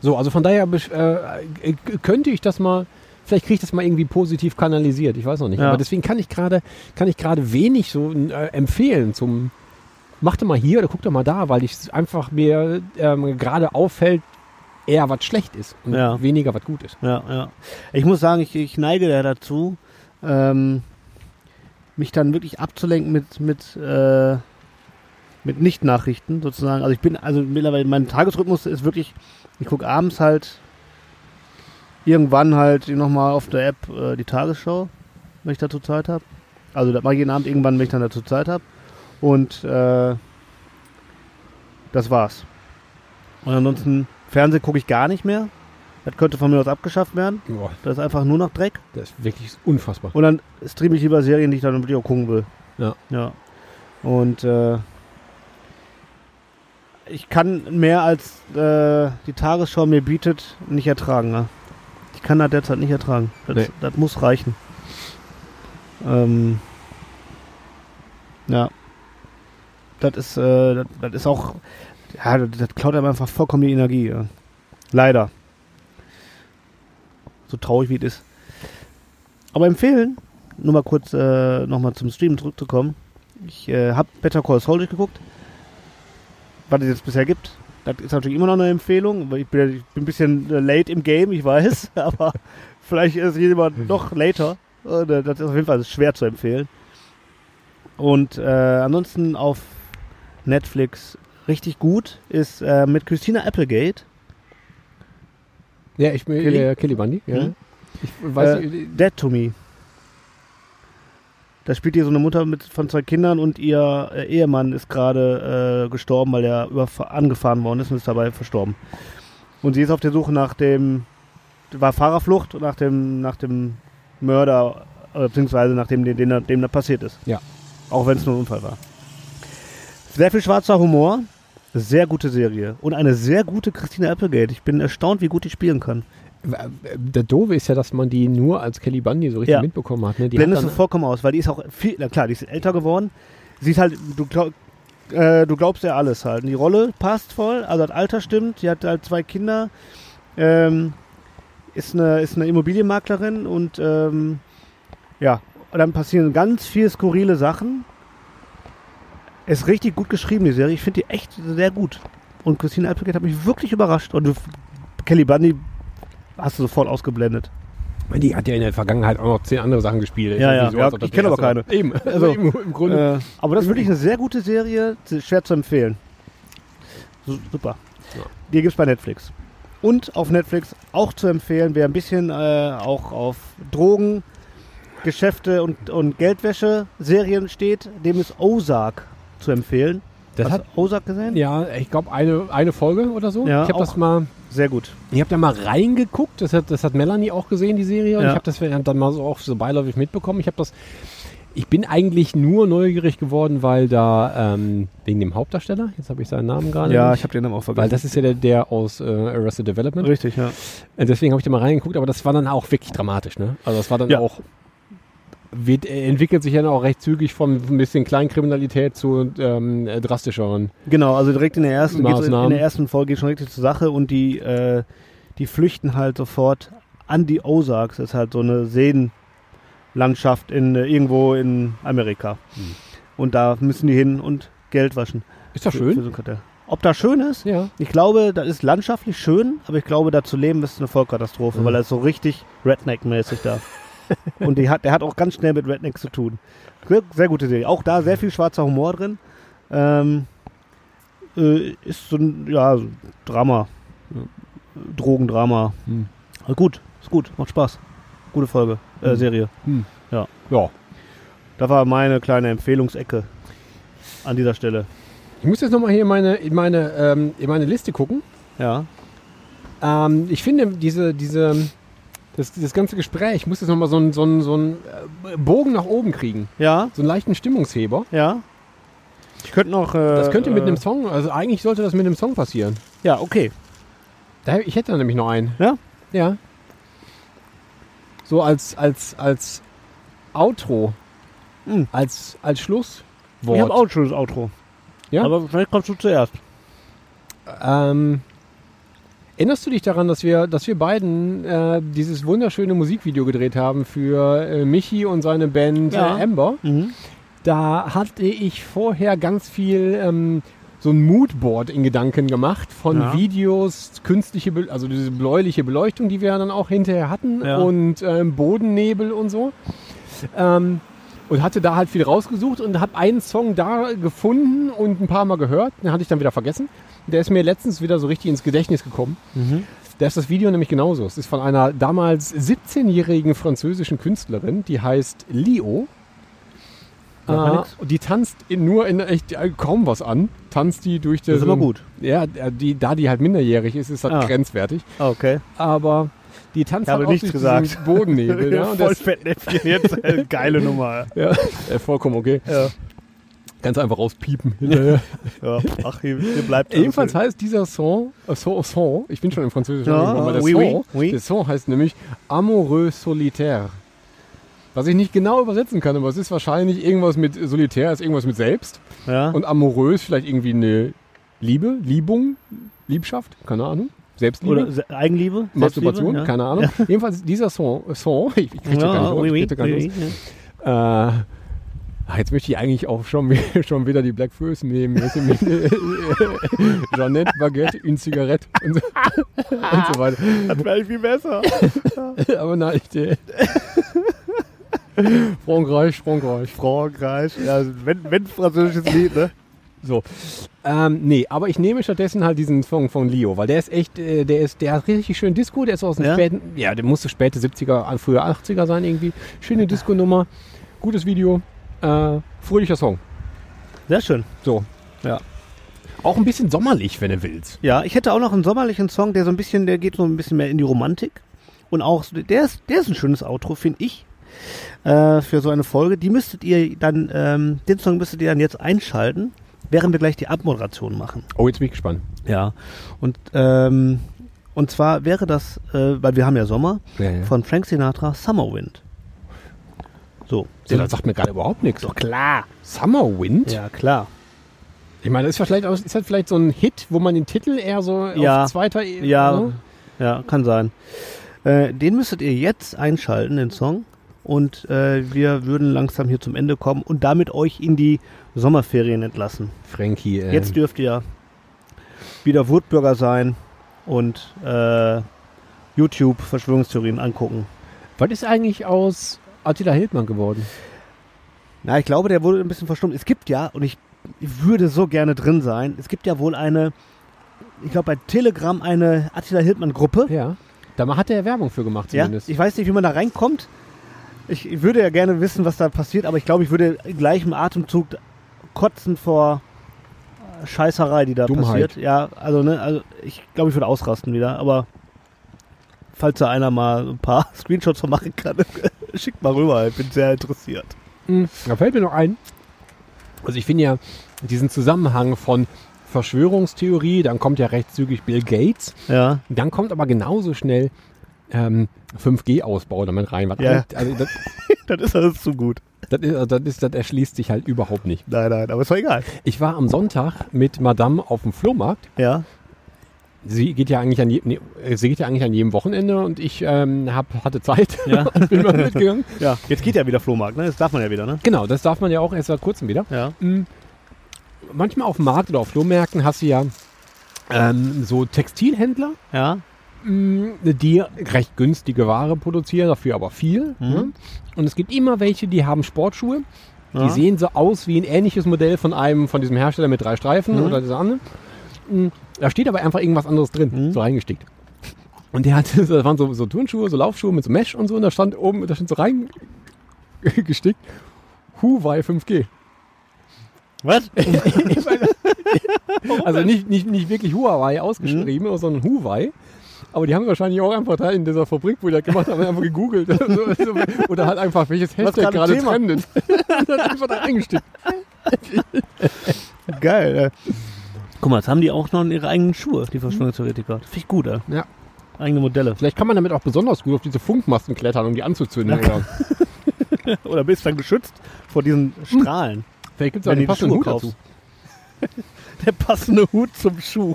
so, also von daher besch- äh, äh, könnte ich das mal, vielleicht kriege ich das mal irgendwie positiv kanalisiert, ich weiß noch nicht.
Ja.
Aber deswegen kann ich gerade, kann ich gerade wenig so äh, empfehlen zum, mach doch mal hier oder guck doch mal da, weil ich es einfach mir ähm, gerade auffällt, eher was schlecht ist und
Ja.
weniger was gut ist.
Ja, ja. Ich muss sagen, ich, ich neige ja dazu, ähm, mich dann wirklich abzulenken mit, mit, äh, mit Nicht-Nachrichten sozusagen. Also ich bin, also mittlerweile, mein Tagesrhythmus ist wirklich, ich gucke abends halt irgendwann halt nochmal auf der App äh, die Tagesschau, wenn ich dazu Zeit habe. Also das mache ich jeden Abend irgendwann, wenn ich dann dazu Zeit habe. Und äh, das war's. Und ansonsten, Fernsehen gucke ich gar nicht mehr. Das könnte von mir aus abgeschafft werden.
Boah,
Das ist einfach nur noch Dreck.
das ist wirklich unfassbar.
Und dann streame ich lieber Serien, die ich dann wirklich auch gucken will.
Ja.
ja. Und äh, ich kann mehr als äh, die Tagesschau mir bietet, nicht ertragen. Ne? Ich kann das derzeit nicht ertragen. Das,
Nee.
das muss reichen. Ähm, ja. Das ist, äh, das, das ist auch, ja, das, das klaut einem einfach vollkommen die Energie. Ja. Leider. So traurig wie es ist. Aber empfehlen, nur mal kurz äh, nochmal zum Stream zurückzukommen. Ich äh, habe Better Call Saul durchgeguckt, was es jetzt bisher gibt. Das ist natürlich immer noch eine Empfehlung. weil Ich bin, ich bin ein bisschen äh, late im Game, ich weiß, aber vielleicht ist jemand noch later. Und, äh, Das ist auf jeden Fall schwer zu empfehlen. Und äh, ansonsten auf Netflix richtig gut ist äh, mit Christina Applegate.
Ja, ich bin
Killy?
äh, Killy Bundy. Ja.
Mhm.
Ich weiß
Äh,
nicht,
Dead to Me. Da spielt hier so eine Mutter mit von zwei Kindern und ihr äh, Ehemann ist gerade äh, gestorben, weil er überf- angefahren worden ist und ist dabei verstorben. Und sie ist auf der Suche nach dem, war Fahrerflucht und nach dem, nach dem Mörder, äh, beziehungsweise nach dem, dem, da- dem da passiert ist.
Ja.
Auch wenn es nur ein Unfall war. Sehr viel schwarzer Humor, sehr gute Serie und eine sehr gute Christina Applegate. Ich bin erstaunt, wie gut die spielen kann.
Der Doofe ist ja, dass man die nur als Kelly Bundy so richtig
Ja.
mitbekommen hat. Ne? Die hat
blendest du
dann,
vollkommen aus, weil die ist auch viel, na klar, die ist älter geworden. Sie ist halt, du, glaub, äh, du glaubst ja alles halt. Und die Rolle passt voll, also das Alter stimmt, die hat halt zwei Kinder, ähm, ist, eine, ist eine Immobilienmaklerin und ähm, ja, und dann passieren ganz viele skurrile Sachen. Ist richtig gut geschrieben, die Serie. Ich finde die echt sehr gut. Und Christine Applegate hat mich wirklich überrascht. Und du, Kelly Bundy hast du sofort ausgeblendet.
die hat ja in der Vergangenheit auch noch zehn andere Sachen gespielt.
Ja,
Ist
ja,
nicht so,
ja,
als ob das
ich kenne
die
aber
erste war. Eben, also
Also,
im, im Grunde.
Äh, aber das ist wirklich eine sehr gute Serie, z- schwer zu empfehlen. Su- Super.
Ja.
Die gibt's bei Netflix. Und auf Netflix auch zu empfehlen, wer ein bisschen äh, auch auf Drogen, Geschäfte und, und Geldwäsche-Serien steht, dem ist Ozark zu empfehlen.
Das
Hast
hat,
du Ozark gesehen?
ja, ich glaube, eine, eine Folge oder so.
Ja,
ich habe
auch.
das mal
Sehr gut.
Ich habe da mal reingeguckt, das hat, das hat Melanie auch gesehen, die Serie. Und
Ja.
ich habe das dann mal so auch so beiläufig mitbekommen. Ich habe das. Ich bin eigentlich nur neugierig geworden, weil da ähm, wegen dem Hauptdarsteller, jetzt habe ich seinen Namen gerade. nicht,
habe den Namen auch
weil das ist ja der, der aus äh, Arrested Development.
Richtig, ja.
Äh, Deswegen habe ich da mal reingeguckt, aber das war dann auch wirklich dramatisch, ne? Also das war dann
Ja.
auch wird, äh, entwickelt sich ja dann auch recht zügig von ein bisschen Kleinkriminalität zu ähm, äh, drastischeren.
Genau, also direkt in der ersten, geht's in, in
Maßnahmen.
der ersten Folge geht schon richtig zur Sache und die, äh, die flüchten halt sofort an die Ozarks. Das ist halt so eine Seenlandschaft in, äh, irgendwo in Amerika.
Hm.
Und da müssen die hin und Geld waschen.
Ist das
Für- Für
schön?
so ein Kartell. Ob das schön ist?
Ja.
Ich glaube, das ist landschaftlich schön, aber ich glaube, da zu leben ist eine Vollkatastrophe,
Mhm.
weil er ist so richtig Redneck-mäßig da. Und die hat, der hat auch ganz schnell mit Rednecks zu tun. Sehr, sehr gute Serie. Auch da sehr viel schwarzer Humor drin. Ähm, äh, ist so ein ja, so ein Drama. Drogendrama.
Mhm.
Aber Gut, ist gut, macht Spaß. Gute Folge, äh,
Mhm.
Serie.
Ja.
Da war meine kleine Empfehlungsecke an dieser Stelle.
Ich muss jetzt nochmal hier in meine, in meine, ähm, in meine Liste gucken.
Ja,
Ähm, ich finde, diese, diese, das, das ganze Gespräch muss jetzt nochmal so einen so einen- so einen, äh, Bogen nach oben kriegen.
ja,
So einen leichten Stimmungsheber.
ja. Ich könnte noch. Äh,
Das könnte mit
äh,
einem Song, also eigentlich sollte das mit einem Song passieren.
Ja, okay.
Da, ich hätte da nämlich noch einen.
Ja?
Ja. So als, als, als Outro.
Mhm.
Als, als Schlusswort.
Ich habe auch ein schönes Outro.
Ja?
Aber vielleicht kommst du zuerst.
Ähm, erinnerst du dich daran, dass wir, dass wir beiden äh, dieses wunderschöne Musikvideo gedreht haben für äh, Michi und seine Band
Ja. Mhm.
äh, Amber? Da hatte ich vorher ganz viel ähm, so ein Moodboard in Gedanken gemacht von
Ja.
Videos, künstliche, Be also diese bläuliche Beleuchtung, die wir dann auch hinterher hatten
Ja.
und ähm, Bodennebel und so. Ähm, und hatte da halt viel rausgesucht und habe einen Song da gefunden und ein paar Mal gehört. Den hatte ich dann wieder vergessen. Der ist mir letztens wieder so richtig ins Gedächtnis gekommen.
Mhm.
Da ist das Video nämlich genauso. Es ist von einer damals 17-jährigen französischen Künstlerin, die heißt Lio. Äh,
Sagt mir nix.
und die tanzt in, nur in echt äh, kaum was an. Tanzt die durch
Das ist
den-
aber gut.
Ja, äh, die, da die halt minderjährig ist, ist das
Ah.
grenzwertig.
Okay.
Aber die
Ich
tanzt
habe
halt auch
nichts
durch diesen
gesagt.
Bodennebel. ja, und
Voll
das,
Fettnäpfchen jetzt. Äh, Geile Nummer.
ja, äh, vollkommen okay.
Ja.
Ganz einfach rauspiepen. hinterher.
ja. Ach, hier, hier bleibt alles
Ebenfalls
drin.
heißt dieser Song, äh, Song, Song, ich bin schon im Französischen
Ja,
angekommen, aber der,
oui,
Song,
oui, oui.
der Song heißt nämlich Amoureux Solitaire. Was ich nicht genau übersetzen kann, aber es ist wahrscheinlich irgendwas mit Solitär, ist irgendwas mit selbst.
Ja.
Und Amoureux ist vielleicht irgendwie eine Liebe, Liebung, Liebschaft, keine Ahnung. Selbstliebe,
Oder Se- Eigenliebe?
Masturbation,
Selbstliebe?
keine Ahnung. Jedenfalls dieser Song, Song ich krieg den
Ja,
gar
ja
nicht raus,
oui,
ich
oui,
krieg den gar
oui,
nicht raus.
oui, ja.
Äh, ah, jetzt möchte ich eigentlich auch schon, wieder- schon wieder die Black Furies nehmen. Weißt du, mit, äh, äh, Jeanette Baguette, une Zigarette und so, und so weiter.
Das wäre viel besser.
Aber nein, ich. äh, Frankreich, Frankreich.
Frankreich. Ja, wenn, wenn französisches Lied, ne?
So. Ähm, nee, aber ich nehme stattdessen halt diesen Song von Leo, weil der ist echt, äh, der ist, der hat richtig schön Disco, der ist aus den
Ja?
späten, äh, ja, der musste späte 70er, an- frühe 80er sein irgendwie. Schöne Disco-Nummer, gutes Video. Äh, fröhlicher Song.
Sehr schön.
So.
Ja.
Auch ein bisschen sommerlich, wenn du willst.
Ja, ich hätte auch noch einen sommerlichen Song, der so ein bisschen, der geht so ein bisschen mehr in die Romantik. Und auch, so- der ist, der ist ein schönes Outro, finde ich, äh, für so eine Folge. Die müsstet ihr dann, ähm, den Song müsstet ihr dann jetzt einschalten, während wir gleich die Abmoderation machen.
Oh, jetzt bin ich gespannt.
Ja. Und, ähm, und zwar wäre das, äh, weil wir haben ja Sommer,
Ja, ja.
von Frank Sinatra, Summer Wind. So.
So, das sagt mir gerade überhaupt nichts.
Doch klar.
Summer Wind?
Ja, klar.
Ich meine, ist, ja vielleicht, auch- ist das vielleicht so ein Hit, wo man den Titel eher so
Ja.
auf zweiter E- ne? Ebene.
Ja, ja, kann sein. Äh, den müsstet ihr jetzt einschalten, den Song. Und äh, wir würden langsam hier zum Ende kommen und damit euch in die Sommerferien entlassen.
Frankie. Äh,
Jetzt dürft ihr wieder Wutbürger sein und äh, YouTube Verschwörungstheorien angucken.
was ist eigentlich aus Attila Hildmann geworden?
Na, ich glaube, der wurde ein bisschen verstummt. Es gibt ja, und ich würde so gerne drin sein, es gibt ja wohl eine, ich glaube bei Telegram eine Attila Hildmann-Gruppe.
Ja. Da hat er Werbung für gemacht
Ja,
zumindest.
ich weiß nicht, wie man da reinkommt. Ich ich würde ja gerne wissen, was da passiert, aber ich glaube, ich würde gleich im Atemzug kotzen vor äh, Scheißerei, die da
Dummheit.
passiert. Ja, also, ne, also ich glaube, ich würde ausrasten wieder, aber falls da einer mal ein paar Screenshots von machen kann, schickt mal rüber, ich bin sehr interessiert.
Hm, Da fällt mir noch ein. Also ich finde ja diesen Zusammenhang von Verschwörungstheorie, dann kommt ja recht zügig Bill Gates,
Ja,
dann kommt aber genauso schnell ähm, 5G-Ausbau damit rein. Was
Ja.
alles- Also das,
dann ist alles zu gut.
das, ist, also das, ist, das erschließt sich halt überhaupt nicht.
Nein, nein, aber ist doch egal.
Ich war am Sonntag mit Madame auf dem Flohmarkt.
Ja,
Sie geht ja eigentlich an, je, nee, äh, sie geht ja eigentlich an jedem Wochenende und ich ähm, hab, hatte Zeit
Ja.
und bin mal mitgegangen.
ja. Jetzt geht ja wieder Flohmarkt, ne? Das darf man ja wieder, ne?
Genau, das darf man ja auch erst seit kurzem wieder.
Ja.
manchmal auf dem Markt oder auf Flohmärkten hast du ja ähm, so Textilhändler,
Ja.
mh, die recht günstige Ware produzieren, dafür aber viel. Ne? Und es gibt immer welche, die haben Sportschuhe. Die
Ja.
sehen so aus wie ein ähnliches Modell von einem, von diesem Hersteller mit drei Streifen oder dieser andere. Mh, Da steht aber einfach irgendwas anderes drin, so reingestickt. Und der hatte, das waren so, so Turnschuhe, so Laufschuhe mit so Mesh und so, und da stand oben, da stand so reingestickt, Huawei 5G.
Was?
Also nicht, nicht, nicht wirklich Huawei ausgeschrieben,
Mhm.
sondern Huawei. Aber die haben wahrscheinlich auch einfach da in dieser Fabrik, wo die das gemacht haben, einfach gegoogelt. So, so, Oder halt einfach, welches Hashtag
gerade
gerade
Thema?
trendet. Und dann einfach da eingestickt.
Geil. Äh. Guck mal, jetzt haben die auch noch ihre eigenen Schuhe, die Verschwörungstheoretiker. Finde ich gut, ey.
Ja.
Eigene Modelle.
Vielleicht kann man damit auch besonders gut auf diese Funkmasten klettern, um die anzuzünden. Oder
Oder bist dann geschützt vor diesen Strahlen.
vielleicht gibt es auch
Wenn du
einen
die
passenden
Schuhe
Hut
kaufst.
dazu.
Der passende Hut zum Schuh.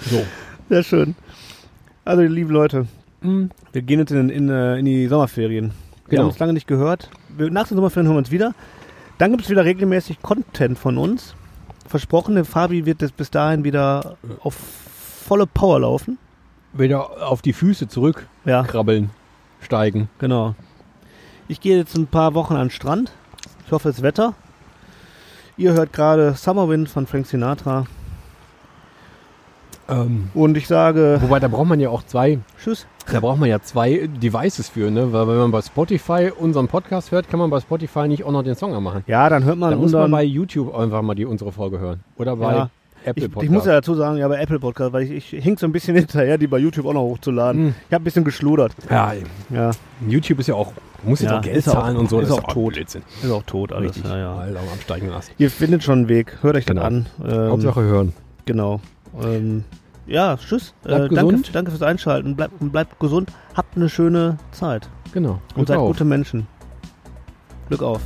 So.
Sehr schön. Also, liebe Leute,
Mm.
wir gehen jetzt in, in, äh, in die Sommerferien. Wir
Genau.
haben uns lange nicht gehört. Wir, nach den Sommerferien hören wir uns wieder. Dann gibt es wieder regelmäßig Content von uns. Versprochen, der Fabi wird das bis dahin wieder auf volle Power laufen.
Wieder auf die Füße zurückkrabbeln,
Ja.
steigen.
Genau. Ich gehe jetzt ein paar Wochen an den Strand. Ich hoffe, es ist Wetter. Ihr hört gerade Summerwind von Frank Sinatra.
Ähm,
Und ich sage
wobei, da braucht man ja auch zwei
Tschüss.
Da braucht man ja zwei Devices für, ne? Weil wenn man bei Spotify unseren Podcast hört, kann man bei Spotify nicht auch noch den Song anmachen.
Ja, dann hört man
Dann muss man
unseren-
bei YouTube einfach mal die unsere Folge hören. Oder bei
Ja.
Apple
ich,
Podcast.
ich muss ja dazu sagen, ja, bei Apple Podcast, weil ich, ich hing so ein bisschen hinterher, die bei YouTube auch noch hochzuladen.
Mhm.
Ich habe ein bisschen geschludert.
ja, ey,
Ja,
YouTube ist ja auch, muss jetzt
Ja,
auch Geld
ist auch-
zahlen und so.
ist
das
auch tot.
Blödsinn.
ist auch tot alles.
Richtig.
Ja, ja.
Alter, am steigenden Ast.
Ihr findet schon einen Weg. Hört euch
Genau.
dann an. Ähm,
Hauptsache hören.
Genau. Ähm, ja, tschüss. Äh,
Bleibt
danke,
gesund.
danke fürs Einschalten. Bleibt, bleibt gesund. Habt eine schöne Zeit.
Genau.
Und
Glück
seid
auf.
gute Menschen. Glück auf.